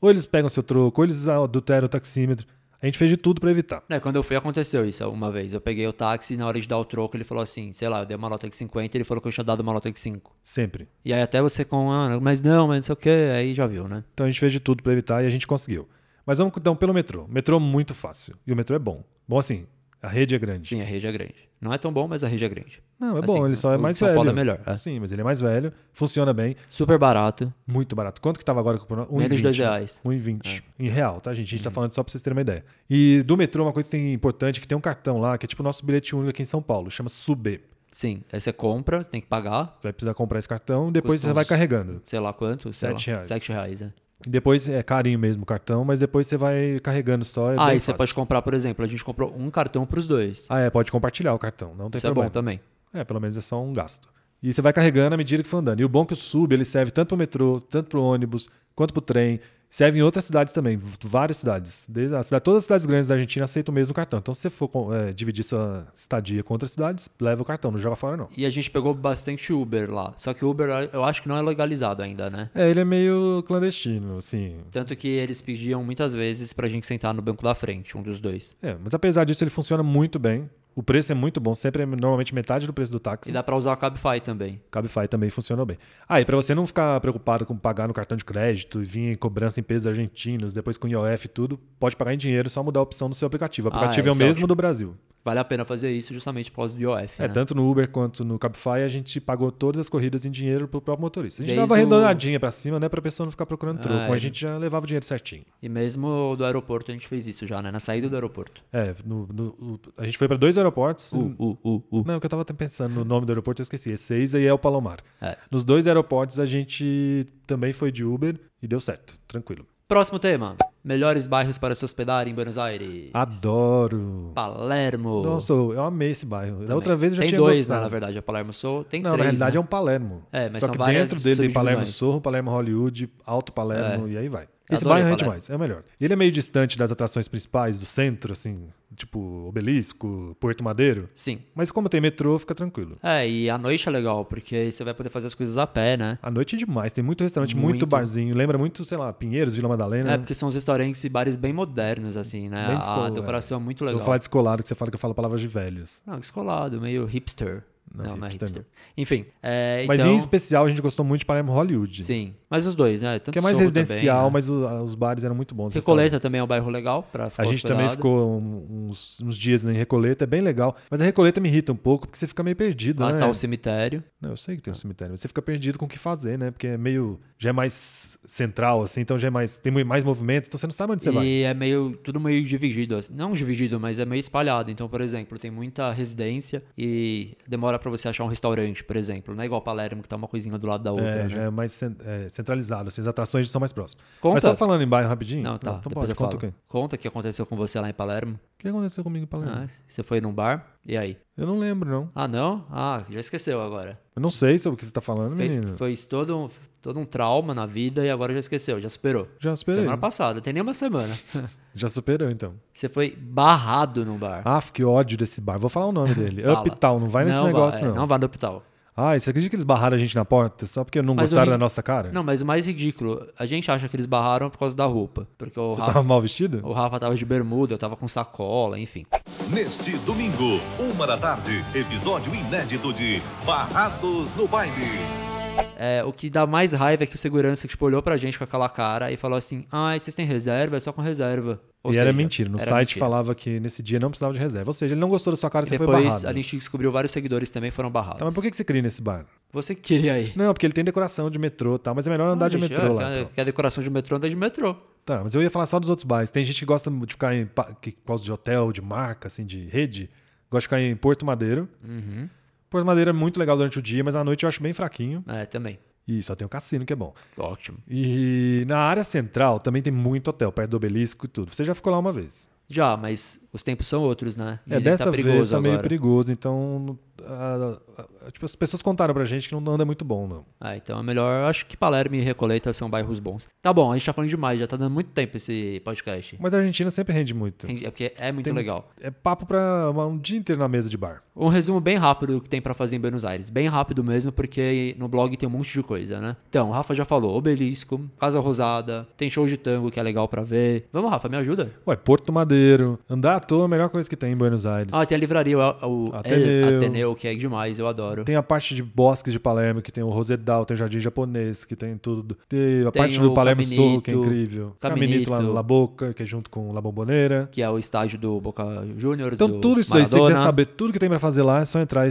[SPEAKER 2] Ou eles pegam seu troco, ou eles adulteram o taxímetro. A gente fez de tudo pra evitar.
[SPEAKER 1] É, quando eu fui, aconteceu isso uma vez. Eu peguei o táxi e na hora de dar o troco, ele falou assim, sei lá, eu dei uma nota de 50 ele falou que eu tinha dado uma nota de 5.
[SPEAKER 2] Sempre.
[SPEAKER 1] E aí até você com, ah, mas não, mas não sei o que, aí já viu, né?
[SPEAKER 2] Então a gente fez de tudo pra evitar e a gente conseguiu. Mas vamos então pelo metrô. Metrô é muito fácil. E o metrô é bom. Bom assim, a rede é grande.
[SPEAKER 1] Sim, a rede é grande. Não é tão bom, mas a rede é grande.
[SPEAKER 2] Não, é
[SPEAKER 1] Assim,
[SPEAKER 2] bom, ele só é
[SPEAKER 1] o
[SPEAKER 2] mais
[SPEAKER 1] São
[SPEAKER 2] velho.
[SPEAKER 1] Paulo é melhor, é.
[SPEAKER 2] Sim, mas ele é mais velho, funciona bem,
[SPEAKER 1] Super barato.
[SPEAKER 2] muito barato. Quanto que tava agora? com o Pronampe? 1,20,
[SPEAKER 1] Menos de dois
[SPEAKER 2] né?
[SPEAKER 1] reais. É. Uhum.
[SPEAKER 2] 1,20. Em real, tá, gente? A gente tá falando só pra vocês terem uma ideia. E do metrô, uma coisa que tem importante é que tem um cartão lá, que é tipo o nosso bilhete único aqui em São Paulo, chama SUBE.
[SPEAKER 1] Sim, aí você compra, tem que pagar,
[SPEAKER 2] Você vai precisar comprar esse cartão, depois
[SPEAKER 1] Custa
[SPEAKER 2] você vai
[SPEAKER 1] uns-
[SPEAKER 2] carregando.
[SPEAKER 1] sei lá quanto, sei
[SPEAKER 2] Sete
[SPEAKER 1] lá,
[SPEAKER 2] reais.
[SPEAKER 1] sete reais, é.
[SPEAKER 2] E depois é carinho mesmo o cartão, mas depois você vai carregando só. É
[SPEAKER 1] ah,
[SPEAKER 2] bem
[SPEAKER 1] e você
[SPEAKER 2] fácil.
[SPEAKER 1] pode comprar, por exemplo, a gente comprou um cartão pros dois.
[SPEAKER 2] Ah, é, pode compartilhar o cartão, não tem
[SPEAKER 1] Isso é
[SPEAKER 2] problema.
[SPEAKER 1] bom também.
[SPEAKER 2] É, pelo menos é só um gasto. E você vai carregando à medida que for andando. E o bom é que o sub ele serve tanto para o metrô, tanto para o ônibus, quanto para o trem. Serve em outras cidades também, v- várias cidades. Desde a cidade- todas as cidades grandes da Argentina aceitam o mesmo cartão. Então, se você for com- é, dividir sua estadia com outras cidades, leva o cartão, não joga fora, não.
[SPEAKER 1] E a gente pegou bastante Uber lá. Só que o Uber eu acho que não é legalizado ainda, né?
[SPEAKER 2] É, ele é meio clandestino, assim.
[SPEAKER 1] Tanto que eles pediam muitas vezes pra gente sentar no banco da frente, um dos dois.
[SPEAKER 2] É, mas apesar disso, ele funciona muito bem. O preço é muito bom, sempre é normalmente metade do preço do táxi.
[SPEAKER 1] E dá pra usar o Cabify também.
[SPEAKER 2] Cabify também funcionou bem. Ah, e pra você não ficar preocupado com pagar no cartão de crédito e vir em cobrança em pesos argentinos, depois com IOF e tudo, pode pagar em dinheiro, é só mudar a opção do seu aplicativo. O
[SPEAKER 1] Ah, é,
[SPEAKER 2] aplicativo é, o
[SPEAKER 1] isso é
[SPEAKER 2] mesmo
[SPEAKER 1] ótimo.
[SPEAKER 2] do Brasil.
[SPEAKER 1] Vale a pena fazer isso justamente por causa do IOF,
[SPEAKER 2] É,
[SPEAKER 1] né?
[SPEAKER 2] tanto no Uber quanto no Cabify, a gente pagou todas as corridas em dinheiro pro próprio motorista. A gente
[SPEAKER 1] Desde
[SPEAKER 2] dava
[SPEAKER 1] o-
[SPEAKER 2] arredondadinha pra cima, né, pra pessoa não ficar procurando troco.
[SPEAKER 1] Ah, é.
[SPEAKER 2] A gente já levava o dinheiro certinho.
[SPEAKER 1] E mesmo do aeroporto a gente fez isso já, né? Na saída do aeroporto.
[SPEAKER 2] É, no- no- a gente foi pra dois aeroportos.
[SPEAKER 1] Uh, uh, uh.
[SPEAKER 2] Não, é que eu tava até pensando no nome do aeroporto, eu esqueci. É Seiza e é o Palomar.
[SPEAKER 1] É.
[SPEAKER 2] Nos dois aeroportos a gente também foi de Uber e deu certo, tranquilo.
[SPEAKER 1] Próximo tema. Melhores bairros para se hospedar em Buenos Aires.
[SPEAKER 2] Adoro.
[SPEAKER 1] Palermo.
[SPEAKER 2] Nossa, eu amei esse bairro. Da
[SPEAKER 1] Também.
[SPEAKER 2] outra vez eu já
[SPEAKER 1] Tem
[SPEAKER 2] tinha
[SPEAKER 1] dois,
[SPEAKER 2] gostado.
[SPEAKER 1] né, na verdade. A Palermo Sul tem
[SPEAKER 2] Não,
[SPEAKER 1] três,
[SPEAKER 2] na realidade
[SPEAKER 1] né?
[SPEAKER 2] é um Palermo.
[SPEAKER 1] É, mas
[SPEAKER 2] Só
[SPEAKER 1] são
[SPEAKER 2] que
[SPEAKER 1] várias
[SPEAKER 2] dentro dele tem Palermo
[SPEAKER 1] subdivisões. É.
[SPEAKER 2] Sorro, Palermo Hollywood, Alto Palermo e aí vai. Esse
[SPEAKER 1] Adorei
[SPEAKER 2] bairro rende
[SPEAKER 1] Palermo.
[SPEAKER 2] mais, é o melhor. Ele é meio distante das atrações principais do centro, assim, tipo Obelisco, Porto Madeiro.
[SPEAKER 1] Sim.
[SPEAKER 2] Mas como tem metrô, fica tranquilo.
[SPEAKER 1] É, e à noite é legal, porque aí você vai poder fazer as coisas a pé, né?
[SPEAKER 2] A noite é demais, tem muito restaurante, muito,
[SPEAKER 1] Muito.
[SPEAKER 2] barzinho. Lembra muito, sei lá, Pinheiros, Vila Madalena.
[SPEAKER 1] É, porque são os restaurantes e bares bem modernos, assim, né?
[SPEAKER 2] Bem
[SPEAKER 1] a
[SPEAKER 2] descolado,
[SPEAKER 1] decoração é muito
[SPEAKER 2] Eu
[SPEAKER 1] legal.
[SPEAKER 2] vou falar descolado, que você fala que eu falo palavras de velhos.
[SPEAKER 1] Não, descolado, meio hipster. Não, não é
[SPEAKER 2] hipster
[SPEAKER 1] hipster. Enfim, é,
[SPEAKER 2] Mas
[SPEAKER 1] então...
[SPEAKER 2] em especial, a gente gostou muito de Palermo Hollywood.
[SPEAKER 1] Sim, mas os dois, né? Tanto
[SPEAKER 2] Que é mais
[SPEAKER 1] Sorro
[SPEAKER 2] residencial,
[SPEAKER 1] também, né?
[SPEAKER 2] mas o- a- os bares eram muito bons. os
[SPEAKER 1] Recoleta
[SPEAKER 2] restaurantes.
[SPEAKER 1] também é um bairro legal pra ficar
[SPEAKER 2] A gente também
[SPEAKER 1] hospedado.
[SPEAKER 2] ficou um- uns, uns dias em Recoleta, é bem legal. Mas a Recoleta me irrita um pouco, porque você fica meio perdido,
[SPEAKER 1] Lá
[SPEAKER 2] né?
[SPEAKER 1] tá o cemitério.
[SPEAKER 2] Não, eu sei que tem um cemitério, mas você fica perdido com o que fazer, né? Porque é meio. Já é mais central, assim, então já é mais. Tem mais movimento, então você não sabe onde você vai.
[SPEAKER 1] E é meio, tudo meio dividido, assim. não dividido, mas é meio espalhado. Então, por exemplo, tem muita residência e demora pra você achar um restaurante, por exemplo. Não é igual Palermo, que tá uma coisinha do lado da outra.
[SPEAKER 2] É,
[SPEAKER 1] né?
[SPEAKER 2] já é mais cen- é, centralizado, assim, as atrações são mais próximas.
[SPEAKER 1] Conta.
[SPEAKER 2] Mas só falando em bairro rapidinho.
[SPEAKER 1] Não, tá.
[SPEAKER 2] então
[SPEAKER 1] depois
[SPEAKER 2] pode,
[SPEAKER 1] eu
[SPEAKER 2] conta
[SPEAKER 1] falo.
[SPEAKER 2] o quê? Hum.
[SPEAKER 1] Conta o que aconteceu com você lá em Palermo.
[SPEAKER 2] O que aconteceu comigo em Palermo?
[SPEAKER 1] Ah, você foi num bar, e aí?
[SPEAKER 2] Eu não lembro, não.
[SPEAKER 1] Ah, não? Ah, já esqueceu agora.
[SPEAKER 2] Eu não sei sobre o que você tá falando,
[SPEAKER 1] Fe-
[SPEAKER 2] menino.
[SPEAKER 1] fez todo um, todo um trauma na vida e agora já esqueceu, já superou.
[SPEAKER 2] Já superei.
[SPEAKER 1] Semana passada, tem nem uma semana.
[SPEAKER 2] Já superou, então.
[SPEAKER 1] Você foi barrado num bar.
[SPEAKER 2] Ah, que ódio desse bar. Vou falar o nome dele.
[SPEAKER 1] Fala.
[SPEAKER 2] Uptown, não vai nesse
[SPEAKER 1] vá,
[SPEAKER 2] negócio,
[SPEAKER 1] é,
[SPEAKER 2] não.
[SPEAKER 1] Não vá no hospital.
[SPEAKER 2] Ah, você acredita que eles barraram a gente na porta só porque não
[SPEAKER 1] Mas o
[SPEAKER 2] gostaram
[SPEAKER 1] ri-
[SPEAKER 2] da nossa cara?
[SPEAKER 1] Não, mas o mais ridículo, a gente acha que eles barraram por causa da roupa. Porque o,
[SPEAKER 2] Você tá
[SPEAKER 1] Rafa,
[SPEAKER 2] tava mal vestido?
[SPEAKER 1] o Rafa tava de bermuda, eu tava com sacola, enfim.
[SPEAKER 10] Neste domingo, uma da tarde, episódio inédito de Barrados no Baile.
[SPEAKER 1] É, o que dá mais raiva é que o segurança tipo, olhou pra gente com aquela cara e falou assim: Ah, vocês têm reserva? É só com reserva. Ou
[SPEAKER 2] e era
[SPEAKER 1] seja,
[SPEAKER 2] mentira. No
[SPEAKER 1] era
[SPEAKER 2] site
[SPEAKER 1] mentira.
[SPEAKER 2] falava que nesse dia não precisava de reserva. Ou seja, ele não gostou da sua cara e
[SPEAKER 1] E
[SPEAKER 2] você foi
[SPEAKER 1] depois
[SPEAKER 2] barrado.
[SPEAKER 1] a gente descobriu vários seguidores também foram barrados.
[SPEAKER 2] Tá, mas por que que você cria nesse bar?
[SPEAKER 1] Você queria aí?
[SPEAKER 2] Não, porque ele tem decoração de metrô e tal, mas é melhor andar de
[SPEAKER 1] Gente,
[SPEAKER 2] metrô
[SPEAKER 1] é,
[SPEAKER 2] lá.
[SPEAKER 1] que a-
[SPEAKER 2] então.
[SPEAKER 1] Que a decoração de metrô anda de metrô.
[SPEAKER 2] Tá, mas eu ia falar só dos outros bares. Tem gente que gosta de ficar em. pa- Que gosta de hotel, de marca, assim, de rede. Gosta de ficar em Porto Madeiro. Porto Madeiro é muito legal durante o dia, mas à noite eu acho bem fraquinho.
[SPEAKER 1] É, também.
[SPEAKER 2] E só tem o cassino, que é bom.
[SPEAKER 1] Ótimo.
[SPEAKER 2] E na área central também tem muito hotel, perto do obelisco e tudo. Você já ficou lá uma vez.
[SPEAKER 1] Já, mas os tempos são outros, né? Dizem
[SPEAKER 2] É,
[SPEAKER 1] que
[SPEAKER 2] dessa
[SPEAKER 1] tá perigoso
[SPEAKER 2] vez tá meio
[SPEAKER 1] agora.
[SPEAKER 2] perigoso, então. ah, ah, tipo, as pessoas contaram pra gente que não anda muito bom, não.
[SPEAKER 1] Ah, então é melhor. Acho que Palermo e Recoleta são bairros bons. Tá bom, a gente tá falando demais, já tá dando muito tempo esse podcast.
[SPEAKER 2] Mas a Argentina sempre rende muito.
[SPEAKER 1] É porque é muito
[SPEAKER 2] Tem-
[SPEAKER 1] legal.
[SPEAKER 2] É papo pra uma- um dia inteiro na mesa de bar.
[SPEAKER 1] Um resumo bem rápido do que tem pra fazer em Buenos Aires. Bem rápido mesmo, porque no blog tem um monte de coisa, né? Então, o Rafa já falou: Obelisco, Casa Rosada, tem show de tango que é legal pra ver. Vamos, Rafa, me ajuda?
[SPEAKER 2] Ué, Porto Madeiro. Andar à toa é a melhor coisa que tem em Buenos Aires.
[SPEAKER 1] Ah, tem a livraria, o, o
[SPEAKER 2] Ateneu.
[SPEAKER 1] El Ateneu, que é demais, eu adoro.
[SPEAKER 2] Tem a parte de bosques de Palermo, que tem o Rosedal, tem o Jardim Japonês, que tem tudo. Tem a
[SPEAKER 1] Tem
[SPEAKER 2] parte
[SPEAKER 1] o
[SPEAKER 2] do Palermo
[SPEAKER 1] Caminito,
[SPEAKER 2] Sorro, que é incrível.
[SPEAKER 1] Caminito.
[SPEAKER 2] Caminito lá no La Boca, que é junto com La Bombonera.
[SPEAKER 1] Que é o estágio do Boca Juniors.
[SPEAKER 2] Então,
[SPEAKER 1] do
[SPEAKER 2] tudo isso daí, se você
[SPEAKER 1] Maradona.
[SPEAKER 2] quiser saber tudo que tem pra fazer lá, é só entrar em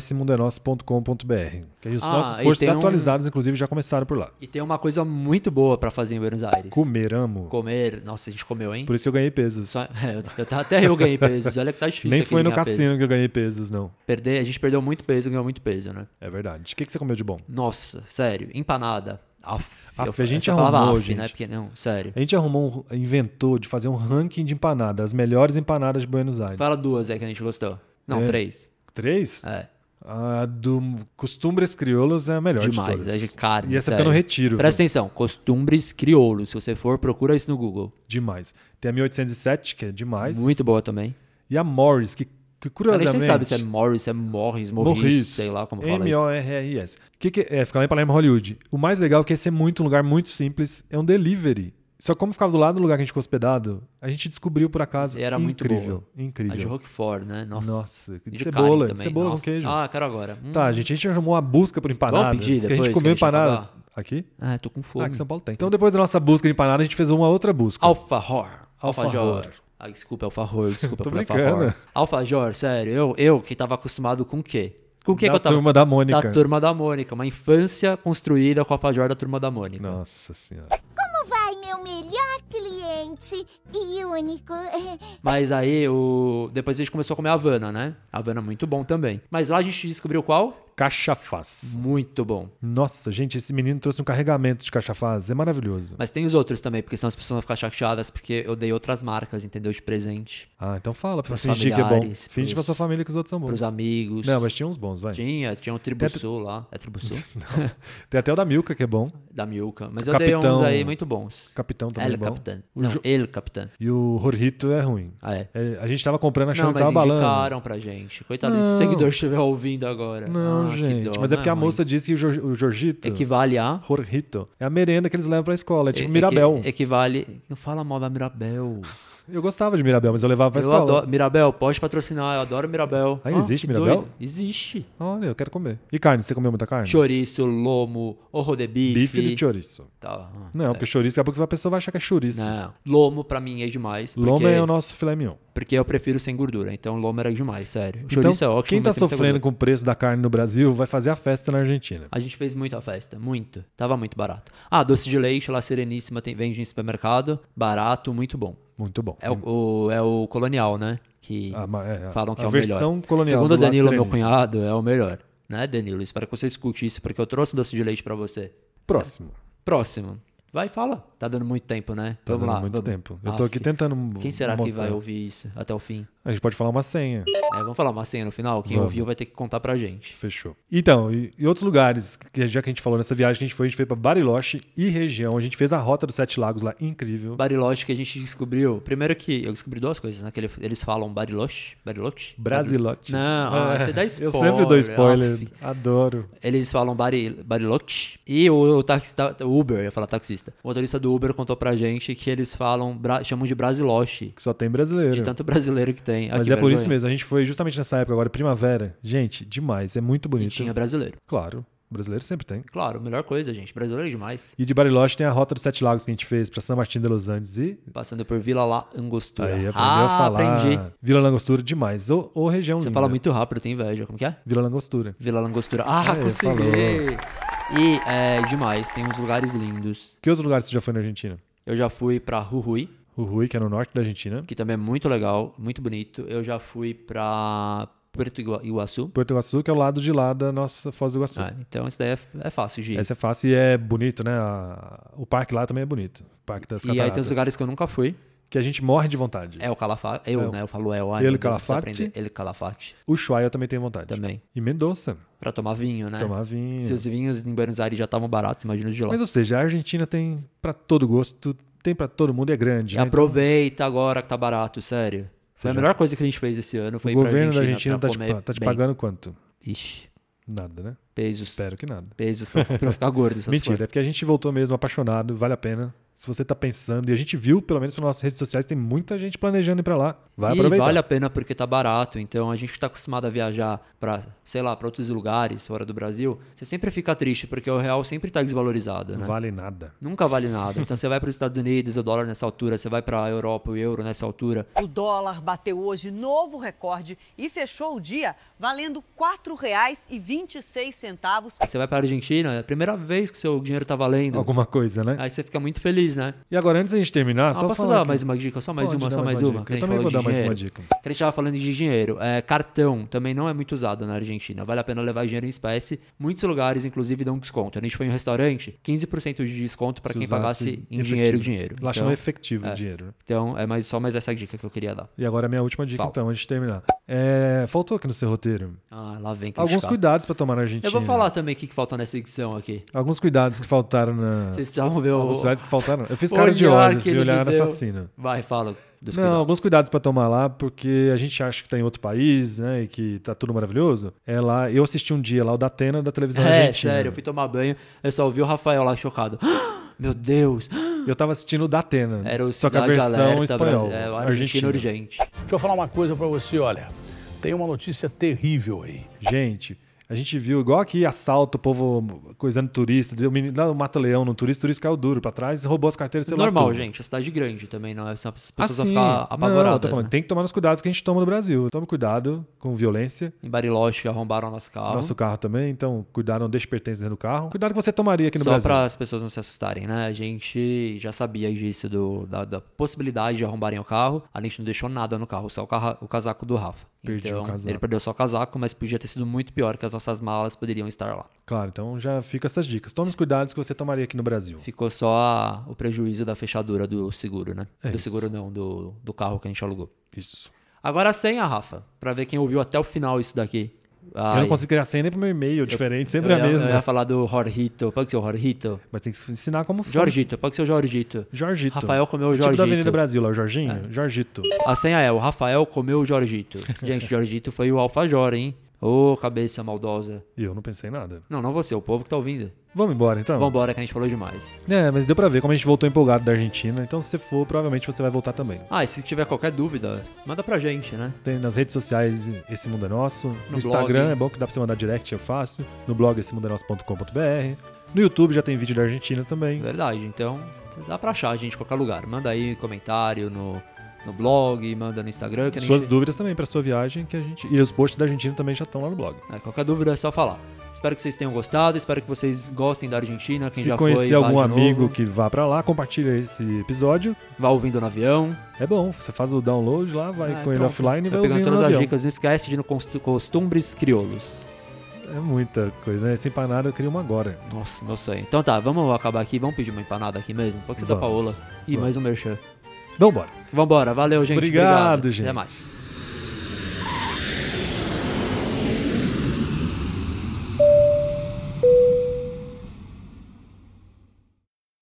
[SPEAKER 2] semundenosso.com.br. Que os
[SPEAKER 1] Ah,
[SPEAKER 2] nossos
[SPEAKER 1] e
[SPEAKER 2] cursos
[SPEAKER 1] tem um-
[SPEAKER 2] atualizados, inclusive, já começaram por lá.
[SPEAKER 1] E tem uma coisa muito boa pra fazer em Buenos Aires.
[SPEAKER 2] Comer, amo.
[SPEAKER 1] Comer. Nossa, a gente comeu, hein?
[SPEAKER 2] Por isso eu ganhei pesos.
[SPEAKER 1] Só- é, eu- eu tava- até eu ganhei pesos. Olha que tá difícil.
[SPEAKER 2] Nem
[SPEAKER 1] aqui
[SPEAKER 2] foi
[SPEAKER 1] de
[SPEAKER 2] no
[SPEAKER 1] ganhar peso.
[SPEAKER 2] cassino que eu ganhei pesos, não.
[SPEAKER 1] Perder, a gente perdeu muito peso, ganhou muito peso, né?
[SPEAKER 2] É verdade. O que, que você comeu de bom?
[SPEAKER 1] Nossa, sério. Empanada. Af,
[SPEAKER 2] Af,
[SPEAKER 1] eu-
[SPEAKER 2] a gente
[SPEAKER 1] eu falava
[SPEAKER 2] arrumou,
[SPEAKER 1] af, né?
[SPEAKER 2] gente.
[SPEAKER 1] Porque não, sério.
[SPEAKER 2] A gente arrumou, um- inventou de fazer um ranking de empanadas, as melhores empanadas de Buenos Aires.
[SPEAKER 1] Fala duas aí que a gente gostou. Não,
[SPEAKER 2] É.
[SPEAKER 1] três.
[SPEAKER 2] Três?
[SPEAKER 1] É.
[SPEAKER 2] A do Costumbres Crioulos é a melhor de
[SPEAKER 1] Demais,
[SPEAKER 2] todas.
[SPEAKER 1] é de carne,
[SPEAKER 2] E essa
[SPEAKER 1] sério.
[SPEAKER 2] fica no retiro.
[SPEAKER 1] Presta
[SPEAKER 2] viu?
[SPEAKER 1] atenção. Costumbres crioulos. Se você for, procura isso no Google.
[SPEAKER 2] Demais. Tem a 1807, que é demais.
[SPEAKER 1] Muito boa também.
[SPEAKER 2] E a Morris, que, que
[SPEAKER 1] A gente
[SPEAKER 2] curiosamente...
[SPEAKER 1] nem sabe se é Morris, se é Morris, Morris, sei lá como fala isso.
[SPEAKER 2] M-O-R-R-S. Que que é? Fica lá em Palermo, Hollywood. O mais legal é que esse é muito um lugar muito simples. É um delivery. Só que como ficava do lado do lugar que a gente ficou hospedado, a gente descobriu por acaso.
[SPEAKER 1] E era muito
[SPEAKER 2] incrível,
[SPEAKER 1] A de
[SPEAKER 2] Incrível.
[SPEAKER 1] Roquefort, né? Nossa.
[SPEAKER 2] Nossa,
[SPEAKER 1] E
[SPEAKER 2] de
[SPEAKER 1] carne
[SPEAKER 2] cebola, de
[SPEAKER 1] também.
[SPEAKER 2] cebola com queijo.
[SPEAKER 1] Ah, quero agora. Hum.
[SPEAKER 2] Tá, gente, a gente arrumou uma busca por empanadas.
[SPEAKER 1] pedir
[SPEAKER 2] que a
[SPEAKER 1] depois,
[SPEAKER 2] gente
[SPEAKER 1] que
[SPEAKER 2] comeu
[SPEAKER 1] a gente vai
[SPEAKER 2] empanada.
[SPEAKER 1] acabar.
[SPEAKER 2] Aqui?
[SPEAKER 1] Ah, tô com fome.
[SPEAKER 2] Ah, que São Paulo tem. Então depois da nossa busca de empanada, a gente fez uma outra
[SPEAKER 1] Ah,
[SPEAKER 2] busca.
[SPEAKER 1] Alfajor.
[SPEAKER 2] Alfajor.
[SPEAKER 1] Alfajor. Ah, desculpa, alfajor. Desculpa
[SPEAKER 2] Tô
[SPEAKER 1] por
[SPEAKER 2] brincando.
[SPEAKER 1] alfajor. Alfajor, sério. Eu, eu que tava acostumado com o quê? Com o que,
[SPEAKER 2] Da
[SPEAKER 1] que eu tava?
[SPEAKER 2] Turma da Mônica.
[SPEAKER 1] Da Turma da Mônica. Uma infância construída com alfajor da Turma da Mônica.
[SPEAKER 2] Nossa senhora.
[SPEAKER 11] Como vai, meu melhor cliente e único?
[SPEAKER 1] Mas aí, o... depois a gente começou a comer Havana, né? Havana é muito bom também. Mas lá a gente descobriu qual?
[SPEAKER 2] Cachafaz.
[SPEAKER 1] Muito bom.
[SPEAKER 2] Nossa, gente, esse menino trouxe um carregamento de cachafaz. É maravilhoso.
[SPEAKER 1] Mas tem os outros também, porque senão as pessoas vão ficar chateadas porque eu dei outras marcas, entendeu? De presente.
[SPEAKER 2] Ah, então fala pra
[SPEAKER 1] Pros
[SPEAKER 2] fingir que é bom.
[SPEAKER 1] familiares,
[SPEAKER 2] Finge pra
[SPEAKER 1] pros-
[SPEAKER 2] sua família que os outros são bons.
[SPEAKER 1] Pros amigos.
[SPEAKER 2] Não, mas tinha uns bons, vai.
[SPEAKER 1] Tinha, tinha um Tribuçu lá. É Tribuçu?
[SPEAKER 2] Tem até o da Milka, que é bom.
[SPEAKER 1] da Milka. Mas eu dei uns aí muito bons.
[SPEAKER 2] Capitão também é
[SPEAKER 1] El
[SPEAKER 2] bom.
[SPEAKER 1] Capitão.
[SPEAKER 2] O
[SPEAKER 1] Não,
[SPEAKER 2] Jo-
[SPEAKER 1] El Capitão.
[SPEAKER 2] E o Jorrito é ruim.
[SPEAKER 1] Ah, é.
[SPEAKER 2] a gente tava comprando achando
[SPEAKER 1] Não,
[SPEAKER 2] que tava
[SPEAKER 1] mas
[SPEAKER 2] balando.
[SPEAKER 1] indicaram pra gente. Coitado, se
[SPEAKER 2] Não.
[SPEAKER 1] o seguidor estiver ouvindo agora.
[SPEAKER 2] Não,
[SPEAKER 1] Ah, que
[SPEAKER 2] gente.
[SPEAKER 1] dó,
[SPEAKER 2] Mas é
[SPEAKER 1] né,
[SPEAKER 2] porque a
[SPEAKER 1] mãe?
[SPEAKER 2] moça é disse que o, Jor- o
[SPEAKER 1] É
[SPEAKER 2] Jorgito.
[SPEAKER 1] Equivale a.
[SPEAKER 2] Jorrito. É a merenda que eles levam pra escola. É tipo
[SPEAKER 1] E-
[SPEAKER 2] Mirabel.
[SPEAKER 1] equi- Equivale. Não fala mal da Mirabel.
[SPEAKER 2] Eu gostava de Mirabel, mas eu levava pra
[SPEAKER 1] Eu
[SPEAKER 2] escola.
[SPEAKER 1] adoro... Mirabel, pode patrocinar, eu adoro Mirabel.
[SPEAKER 2] Ainda
[SPEAKER 1] Ah,
[SPEAKER 2] existe
[SPEAKER 1] que
[SPEAKER 2] Mirabel? Hum.
[SPEAKER 1] doido. Existe.
[SPEAKER 2] Olha, eu quero comer. E carne, você comeu muita carne?
[SPEAKER 1] Chouriço, lomo, orro de bife.
[SPEAKER 2] Bife de chouriço.
[SPEAKER 1] Tá. ah,
[SPEAKER 2] Não, porque chouriço, daqui a pouco a pessoa vai achar que é chouriço.
[SPEAKER 1] Não. Lomo pra mim é demais.
[SPEAKER 2] Loma
[SPEAKER 1] porque-
[SPEAKER 2] é o nosso filé mignon.
[SPEAKER 1] Porque eu prefiro sem gordura, então lomo era demais, sério. O
[SPEAKER 2] Então,
[SPEAKER 1] chouriço é ótimo,
[SPEAKER 2] quem tá
[SPEAKER 1] mas tem muita
[SPEAKER 2] sofrendo
[SPEAKER 1] gordura.
[SPEAKER 2] com o preço da carne no Brasil vai fazer a festa na Argentina.
[SPEAKER 1] A gente fez muita festa, muito. Tava muito barato. Ah, doce de leite lá sereníssima tem, vende em supermercado, barato, muito bom.
[SPEAKER 2] Muito bom. Hum,
[SPEAKER 1] É o, o- é o colonial, né? Que
[SPEAKER 2] Ah, mas é, a-
[SPEAKER 1] falam que
[SPEAKER 2] a
[SPEAKER 1] é o
[SPEAKER 2] versão
[SPEAKER 1] melhor.
[SPEAKER 2] colonial
[SPEAKER 1] Segundo
[SPEAKER 2] do La
[SPEAKER 1] Danilo, meu
[SPEAKER 2] Sereníssima.
[SPEAKER 1] cunhado, é o melhor, né, Danilo? Espero que você escute isso porque eu trouxe doce de leite pra você.
[SPEAKER 2] Próximo.
[SPEAKER 1] Próximo. Vai, fala. Tá dando muito tempo, né?
[SPEAKER 2] Tá
[SPEAKER 1] Vamos
[SPEAKER 2] dando
[SPEAKER 1] lá.
[SPEAKER 2] muito
[SPEAKER 1] vamos.
[SPEAKER 2] tempo. Eu tô
[SPEAKER 1] Ah,
[SPEAKER 2] aqui
[SPEAKER 1] fi-
[SPEAKER 2] tentando
[SPEAKER 1] Quem será que
[SPEAKER 2] mostrar.
[SPEAKER 1] vai ouvir isso até o fim?
[SPEAKER 2] A gente pode falar uma senha.
[SPEAKER 1] É, vamos falar uma senha no final? Quem
[SPEAKER 2] Vamos.
[SPEAKER 1] ouviu vai ter que contar pra gente.
[SPEAKER 2] Fechou. Então, e, e outros lugares, que já que a gente falou nessa viagem que a gente foi, a gente foi pra Bariloche e região. A gente fez a rota dos Sete Lagos lá, incrível.
[SPEAKER 1] Bariloche que a gente descobriu. Primeiro que eu descobri duas coisas, né? Que ele- eles falam Bariloche. Bariloche?
[SPEAKER 2] Brasilote.
[SPEAKER 1] Não, ah,
[SPEAKER 2] É,
[SPEAKER 1] você dá spoiler.
[SPEAKER 2] Eu sempre dou spoiler.
[SPEAKER 1] Aff.
[SPEAKER 2] Adoro.
[SPEAKER 1] Eles falam bari, Bariloche. E o, taxista, o Uber, eu ia falar taxista. O motorista do Uber contou pra gente que eles falam, bra- chamam de Brasiloche.
[SPEAKER 2] Que só tem brasileiro.
[SPEAKER 1] De tanto brasileiro que tem. Ah,
[SPEAKER 2] Mas
[SPEAKER 1] que
[SPEAKER 2] é por
[SPEAKER 1] vergonha.
[SPEAKER 2] isso mesmo. A gente foi justamente nessa época agora, primavera. Gente, demais. É muito
[SPEAKER 1] E
[SPEAKER 2] bonito.
[SPEAKER 1] tinha brasileiro.
[SPEAKER 2] Claro. Brasileiro sempre tem.
[SPEAKER 1] Claro, melhor coisa, gente. Brasileiro é demais.
[SPEAKER 2] E de Bariloche tem a Rota dos Sete Lagos que a gente fez pra São Martin de Los Andes e...
[SPEAKER 1] Passando por Vila La Angostura.
[SPEAKER 2] Aí aprendeu
[SPEAKER 1] ah,
[SPEAKER 2] a falar.
[SPEAKER 1] aprendi.
[SPEAKER 2] Vila Langostura demais. Ô, ô região
[SPEAKER 1] Você
[SPEAKER 2] linda.
[SPEAKER 1] fala muito rápido, tem inveja. Como que é?
[SPEAKER 2] Vila Langostura.
[SPEAKER 1] Vila Langostura. Ah,
[SPEAKER 2] Aê,
[SPEAKER 1] consegui!
[SPEAKER 2] falou.
[SPEAKER 1] E é demais, tem uns lugares lindos.
[SPEAKER 2] Que outros lugares você já foi na Argentina?
[SPEAKER 1] Eu já fui pra Jujuy,
[SPEAKER 2] O Rui, que é no norte da Argentina.
[SPEAKER 1] que também é muito legal, muito bonito. Eu já fui pra Porto Igua- Iguaçu.
[SPEAKER 2] Porto Iguaçu, que é o lado de lá da nossa Foz do Iguaçu.
[SPEAKER 1] Ah, então isso daí é, é fácil de ir.
[SPEAKER 2] Essa é fácil e é bonito, né? A- O parque lá também é bonito. O parque das
[SPEAKER 1] e
[SPEAKER 2] cataratas.
[SPEAKER 1] aí tem os lugares que eu nunca fui.
[SPEAKER 2] Que a gente morre de vontade.
[SPEAKER 1] É o Calafate. Eu,
[SPEAKER 2] É o-
[SPEAKER 1] né? Eu falo é o Calafate.
[SPEAKER 2] El Calafate.
[SPEAKER 1] Aprender. El Calafate
[SPEAKER 2] O Ushuaia eu também tenho vontade.
[SPEAKER 1] também.
[SPEAKER 2] E Mendoza.
[SPEAKER 1] Pra tomar vinho, né?
[SPEAKER 2] Tomar vinho.
[SPEAKER 1] Se os vinhos em Buenos Aires já estavam baratos, imagina os de lá.
[SPEAKER 2] Mas ou seja, a Argentina tem pra todo gosto, tem pra todo mundo e é grande.
[SPEAKER 1] E
[SPEAKER 2] né?
[SPEAKER 1] aproveita agora que tá barato, sério. Foi a
[SPEAKER 2] Seja-
[SPEAKER 1] melhor coisa que a gente fez esse ano. Foi
[SPEAKER 2] o
[SPEAKER 1] ir pra
[SPEAKER 2] governo da
[SPEAKER 1] Argentina
[SPEAKER 2] Argentina
[SPEAKER 1] pra
[SPEAKER 2] tá te,
[SPEAKER 1] comer
[SPEAKER 2] pa- tá te
[SPEAKER 1] bem.
[SPEAKER 2] pagando quanto?
[SPEAKER 1] Ixi,
[SPEAKER 2] Nada, né?
[SPEAKER 1] pesos.
[SPEAKER 2] Espero que nada.
[SPEAKER 1] Pesos pra, pra eu ficar gordo. essas
[SPEAKER 2] Mentira,
[SPEAKER 1] coisas.
[SPEAKER 2] é porque a gente voltou mesmo apaixonado, vale a pena. Se você tá pensando, e a gente viu, pelo menos pelas nossas redes sociais, tem muita gente planejando ir pra lá. Vai
[SPEAKER 1] e
[SPEAKER 2] aproveitar.
[SPEAKER 1] vale a pena porque tá barato. Então a gente que tá acostumado a viajar pra, sei lá, pra outros lugares fora do Brasil, você sempre fica triste porque o real sempre tá desvalorizado, né?
[SPEAKER 2] Não vale nada.
[SPEAKER 1] Nunca vale nada. Então você vai para os Estados Unidos, o dólar nessa altura, você vai pra Europa, o euro nessa altura.
[SPEAKER 12] O dólar bateu hoje novo recorde e fechou o dia valendo R$ 4,26.
[SPEAKER 1] Você vai pra Argentina, é a primeira vez que seu dinheiro tá valendo.
[SPEAKER 2] Alguma coisa, né?
[SPEAKER 1] Aí você fica muito feliz, né?
[SPEAKER 2] E agora, antes da gente terminar,
[SPEAKER 1] Ah,
[SPEAKER 2] Tá só
[SPEAKER 1] posso
[SPEAKER 2] falar
[SPEAKER 1] dar
[SPEAKER 2] aqui.
[SPEAKER 1] mais uma dica? Só mais
[SPEAKER 2] Pode
[SPEAKER 1] uma,
[SPEAKER 2] dar
[SPEAKER 1] só mais
[SPEAKER 2] mais
[SPEAKER 1] uma.
[SPEAKER 2] uma
[SPEAKER 1] que
[SPEAKER 2] dica.
[SPEAKER 1] a gente
[SPEAKER 2] Eu também
[SPEAKER 1] falou
[SPEAKER 2] vou
[SPEAKER 1] de
[SPEAKER 2] dar mais uma
[SPEAKER 1] dinheiro.
[SPEAKER 2] dica.
[SPEAKER 1] Que a gente tava falando de dinheiro. É, cartão também não é muito usado na Argentina. Vale a pena levar dinheiro em espécie. Muitos lugares, inclusive, dão desconto. A gente foi em um restaurante, 15% de desconto para
[SPEAKER 2] Se
[SPEAKER 1] quem
[SPEAKER 2] usasse
[SPEAKER 1] pagasse em
[SPEAKER 2] efetivo.
[SPEAKER 1] dinheiro, dinheiro.
[SPEAKER 2] Lá chama efetivo
[SPEAKER 1] é.
[SPEAKER 2] dinheiro, né?
[SPEAKER 1] Então, é mais, só mais essa dica que eu queria dar.
[SPEAKER 2] E agora a minha última dica,
[SPEAKER 1] Fala.
[SPEAKER 2] então, antes de terminar. É, Faltou aqui no seu roteiro
[SPEAKER 1] Ah, lá vem criticar.
[SPEAKER 2] alguns cuidados pra tomar na Argentina.
[SPEAKER 1] Eu vou falar também o que, que falta nessa edição aqui.
[SPEAKER 2] Alguns cuidados que faltaram na.
[SPEAKER 1] Vocês precisavam ver o-
[SPEAKER 2] Alguns cuidados que faltaram. Eu fiz cara de
[SPEAKER 1] Olhar
[SPEAKER 2] ódio,
[SPEAKER 1] que
[SPEAKER 2] fui
[SPEAKER 1] ele me
[SPEAKER 2] olhar
[SPEAKER 1] deu.
[SPEAKER 2] é um assassino.
[SPEAKER 1] Vai, fala dos
[SPEAKER 2] Não,
[SPEAKER 1] cuidados.
[SPEAKER 2] alguns cuidados pra tomar lá, porque a gente acha que tá em outro país, né? E que tá tudo maravilhoso. É lá. Eu assisti um dia lá o da Atena da televisão
[SPEAKER 1] É,
[SPEAKER 2] argentina.
[SPEAKER 1] sério, eu fui tomar banho, eu só ouvi o Rafael lá chocado. Ah, Meu Deus!
[SPEAKER 2] Eu tava assistindo o da Atena.
[SPEAKER 1] Era o
[SPEAKER 2] só que a
[SPEAKER 1] Cidade
[SPEAKER 2] versão
[SPEAKER 1] Alerta
[SPEAKER 2] em espanhol.
[SPEAKER 1] Brasi- é, o Argentina Urgente.
[SPEAKER 13] Deixa eu falar uma coisa pra você, olha. Tem uma notícia terrível aí.
[SPEAKER 2] Gente, a gente viu igual aqui assalto, o povo coisando turista. Deu menino, lá o mata-leão no turista, o turista caiu duro pra trás e roubou as carteiras e celular.
[SPEAKER 1] Normal,
[SPEAKER 2] tudo.
[SPEAKER 1] gente, a cidade grande também, não é? As pessoas vão
[SPEAKER 2] Assim,
[SPEAKER 1] ficar apavoradas.
[SPEAKER 2] não, eu tô falando,
[SPEAKER 1] né?
[SPEAKER 2] tem que tomar os cuidados que a gente toma no Brasil. Tome cuidado com violência.
[SPEAKER 1] Em Bariloche arrombaram nosso carro.
[SPEAKER 2] Nosso carro também, então cuidado, não deixe pertences dentro do carro. Cuidado que você tomaria aqui no
[SPEAKER 1] Só
[SPEAKER 2] Brasil.
[SPEAKER 1] para as pessoas não se assustarem, né? A gente já sabia disso, do- da, da possibilidade de arrombarem o carro. A gente não deixou nada no carro, só o, carro- o casaco do Rafa.
[SPEAKER 2] Perdi
[SPEAKER 1] então,
[SPEAKER 2] o casaco.
[SPEAKER 1] ele perdeu só o casaco, mas podia ter sido muito pior, que as nossas malas poderiam estar lá.
[SPEAKER 2] Claro, então já fica essas dicas. Tome os cuidados que você tomaria aqui no Brasil.
[SPEAKER 1] Ficou só a- o prejuízo da fechadura do seguro, né?
[SPEAKER 2] É
[SPEAKER 1] do
[SPEAKER 2] isso.
[SPEAKER 1] seguro não, do, do carro que a gente alugou.
[SPEAKER 2] Isso.
[SPEAKER 1] Agora a senha, Rafa, pra ver quem ouviu até o final isso daqui.
[SPEAKER 2] Eu
[SPEAKER 1] Ai,
[SPEAKER 2] não consigo né? criar senha nem pro meu e-mail, diferente, sempre
[SPEAKER 1] eu
[SPEAKER 2] a
[SPEAKER 1] ia-
[SPEAKER 2] mesma.
[SPEAKER 1] Eu ia falar do Jorgito, pode ser o Jorgito.
[SPEAKER 2] Mas tem que ensinar como faz.
[SPEAKER 1] Jorgito, pode ser o Jorgito.
[SPEAKER 2] Jorgito. É.
[SPEAKER 1] Rafael comeu o
[SPEAKER 2] tipo
[SPEAKER 1] Jorgito.
[SPEAKER 2] da Avenida Brasil, lá, o Jorginho. Jorgito.
[SPEAKER 1] A senha é o Rafael comeu o Jorgito. Gente, o Jorgito foi o alfajor, hein? Ô, cabeça maldosa.
[SPEAKER 2] E eu não pensei nada.
[SPEAKER 1] Não, não você, o povo que tá ouvindo.
[SPEAKER 2] Vamos embora, então?
[SPEAKER 1] Vambora, que a gente falou demais.
[SPEAKER 2] É, mas deu pra ver como a gente voltou empolgado da Argentina. Então, se você for, provavelmente você vai voltar também.
[SPEAKER 1] Ah, e se tiver qualquer dúvida, manda pra gente, né?
[SPEAKER 2] Tem nas redes sociais Esse Mundo é Nosso. No,
[SPEAKER 1] blog.
[SPEAKER 2] Instagram é bom que dá pra você mandar direct, é fácil. No blog é essemundanosso.com.br. No YouTube já tem vídeo da Argentina também.
[SPEAKER 1] Verdade, então dá pra achar a gente em qualquer lugar. Manda aí comentário no, no blog, manda no Instagram. Que a
[SPEAKER 2] Suas
[SPEAKER 1] gente-
[SPEAKER 2] dúvidas também pra sua viagem que a gente. E os posts da Argentina também já estão lá no blog.
[SPEAKER 1] É, qualquer dúvida é só falar. Espero que vocês tenham gostado, espero que vocês gostem da Argentina. Quem
[SPEAKER 2] Se
[SPEAKER 1] já
[SPEAKER 2] conhecer
[SPEAKER 1] foi, vá
[SPEAKER 2] algum
[SPEAKER 1] de novo.
[SPEAKER 2] amigo que vá pra lá, compartilha esse episódio.
[SPEAKER 1] Vá ouvindo no avião.
[SPEAKER 2] É bom, você faz o download lá, vai
[SPEAKER 1] É,
[SPEAKER 2] com ele
[SPEAKER 1] pronto.
[SPEAKER 2] offline e vai
[SPEAKER 1] Tô pegando
[SPEAKER 2] ouvindo no
[SPEAKER 1] todas as
[SPEAKER 2] avião.
[SPEAKER 1] dicas, não esquece de ir no Constu- Costumbres Crioulos.
[SPEAKER 2] É muita coisa, né? Essa empanada eu queria uma agora.
[SPEAKER 1] Nossa, não sei. Então tá, vamos acabar aqui, vamos pedir uma empanada aqui mesmo. Pode ser da
[SPEAKER 2] Vamos.
[SPEAKER 1] Paola. E
[SPEAKER 2] Vamos.
[SPEAKER 1] mais um merchan.
[SPEAKER 2] Vambora.
[SPEAKER 1] Vambora, valeu, gente.
[SPEAKER 2] Obrigado, gente.
[SPEAKER 1] Até mais.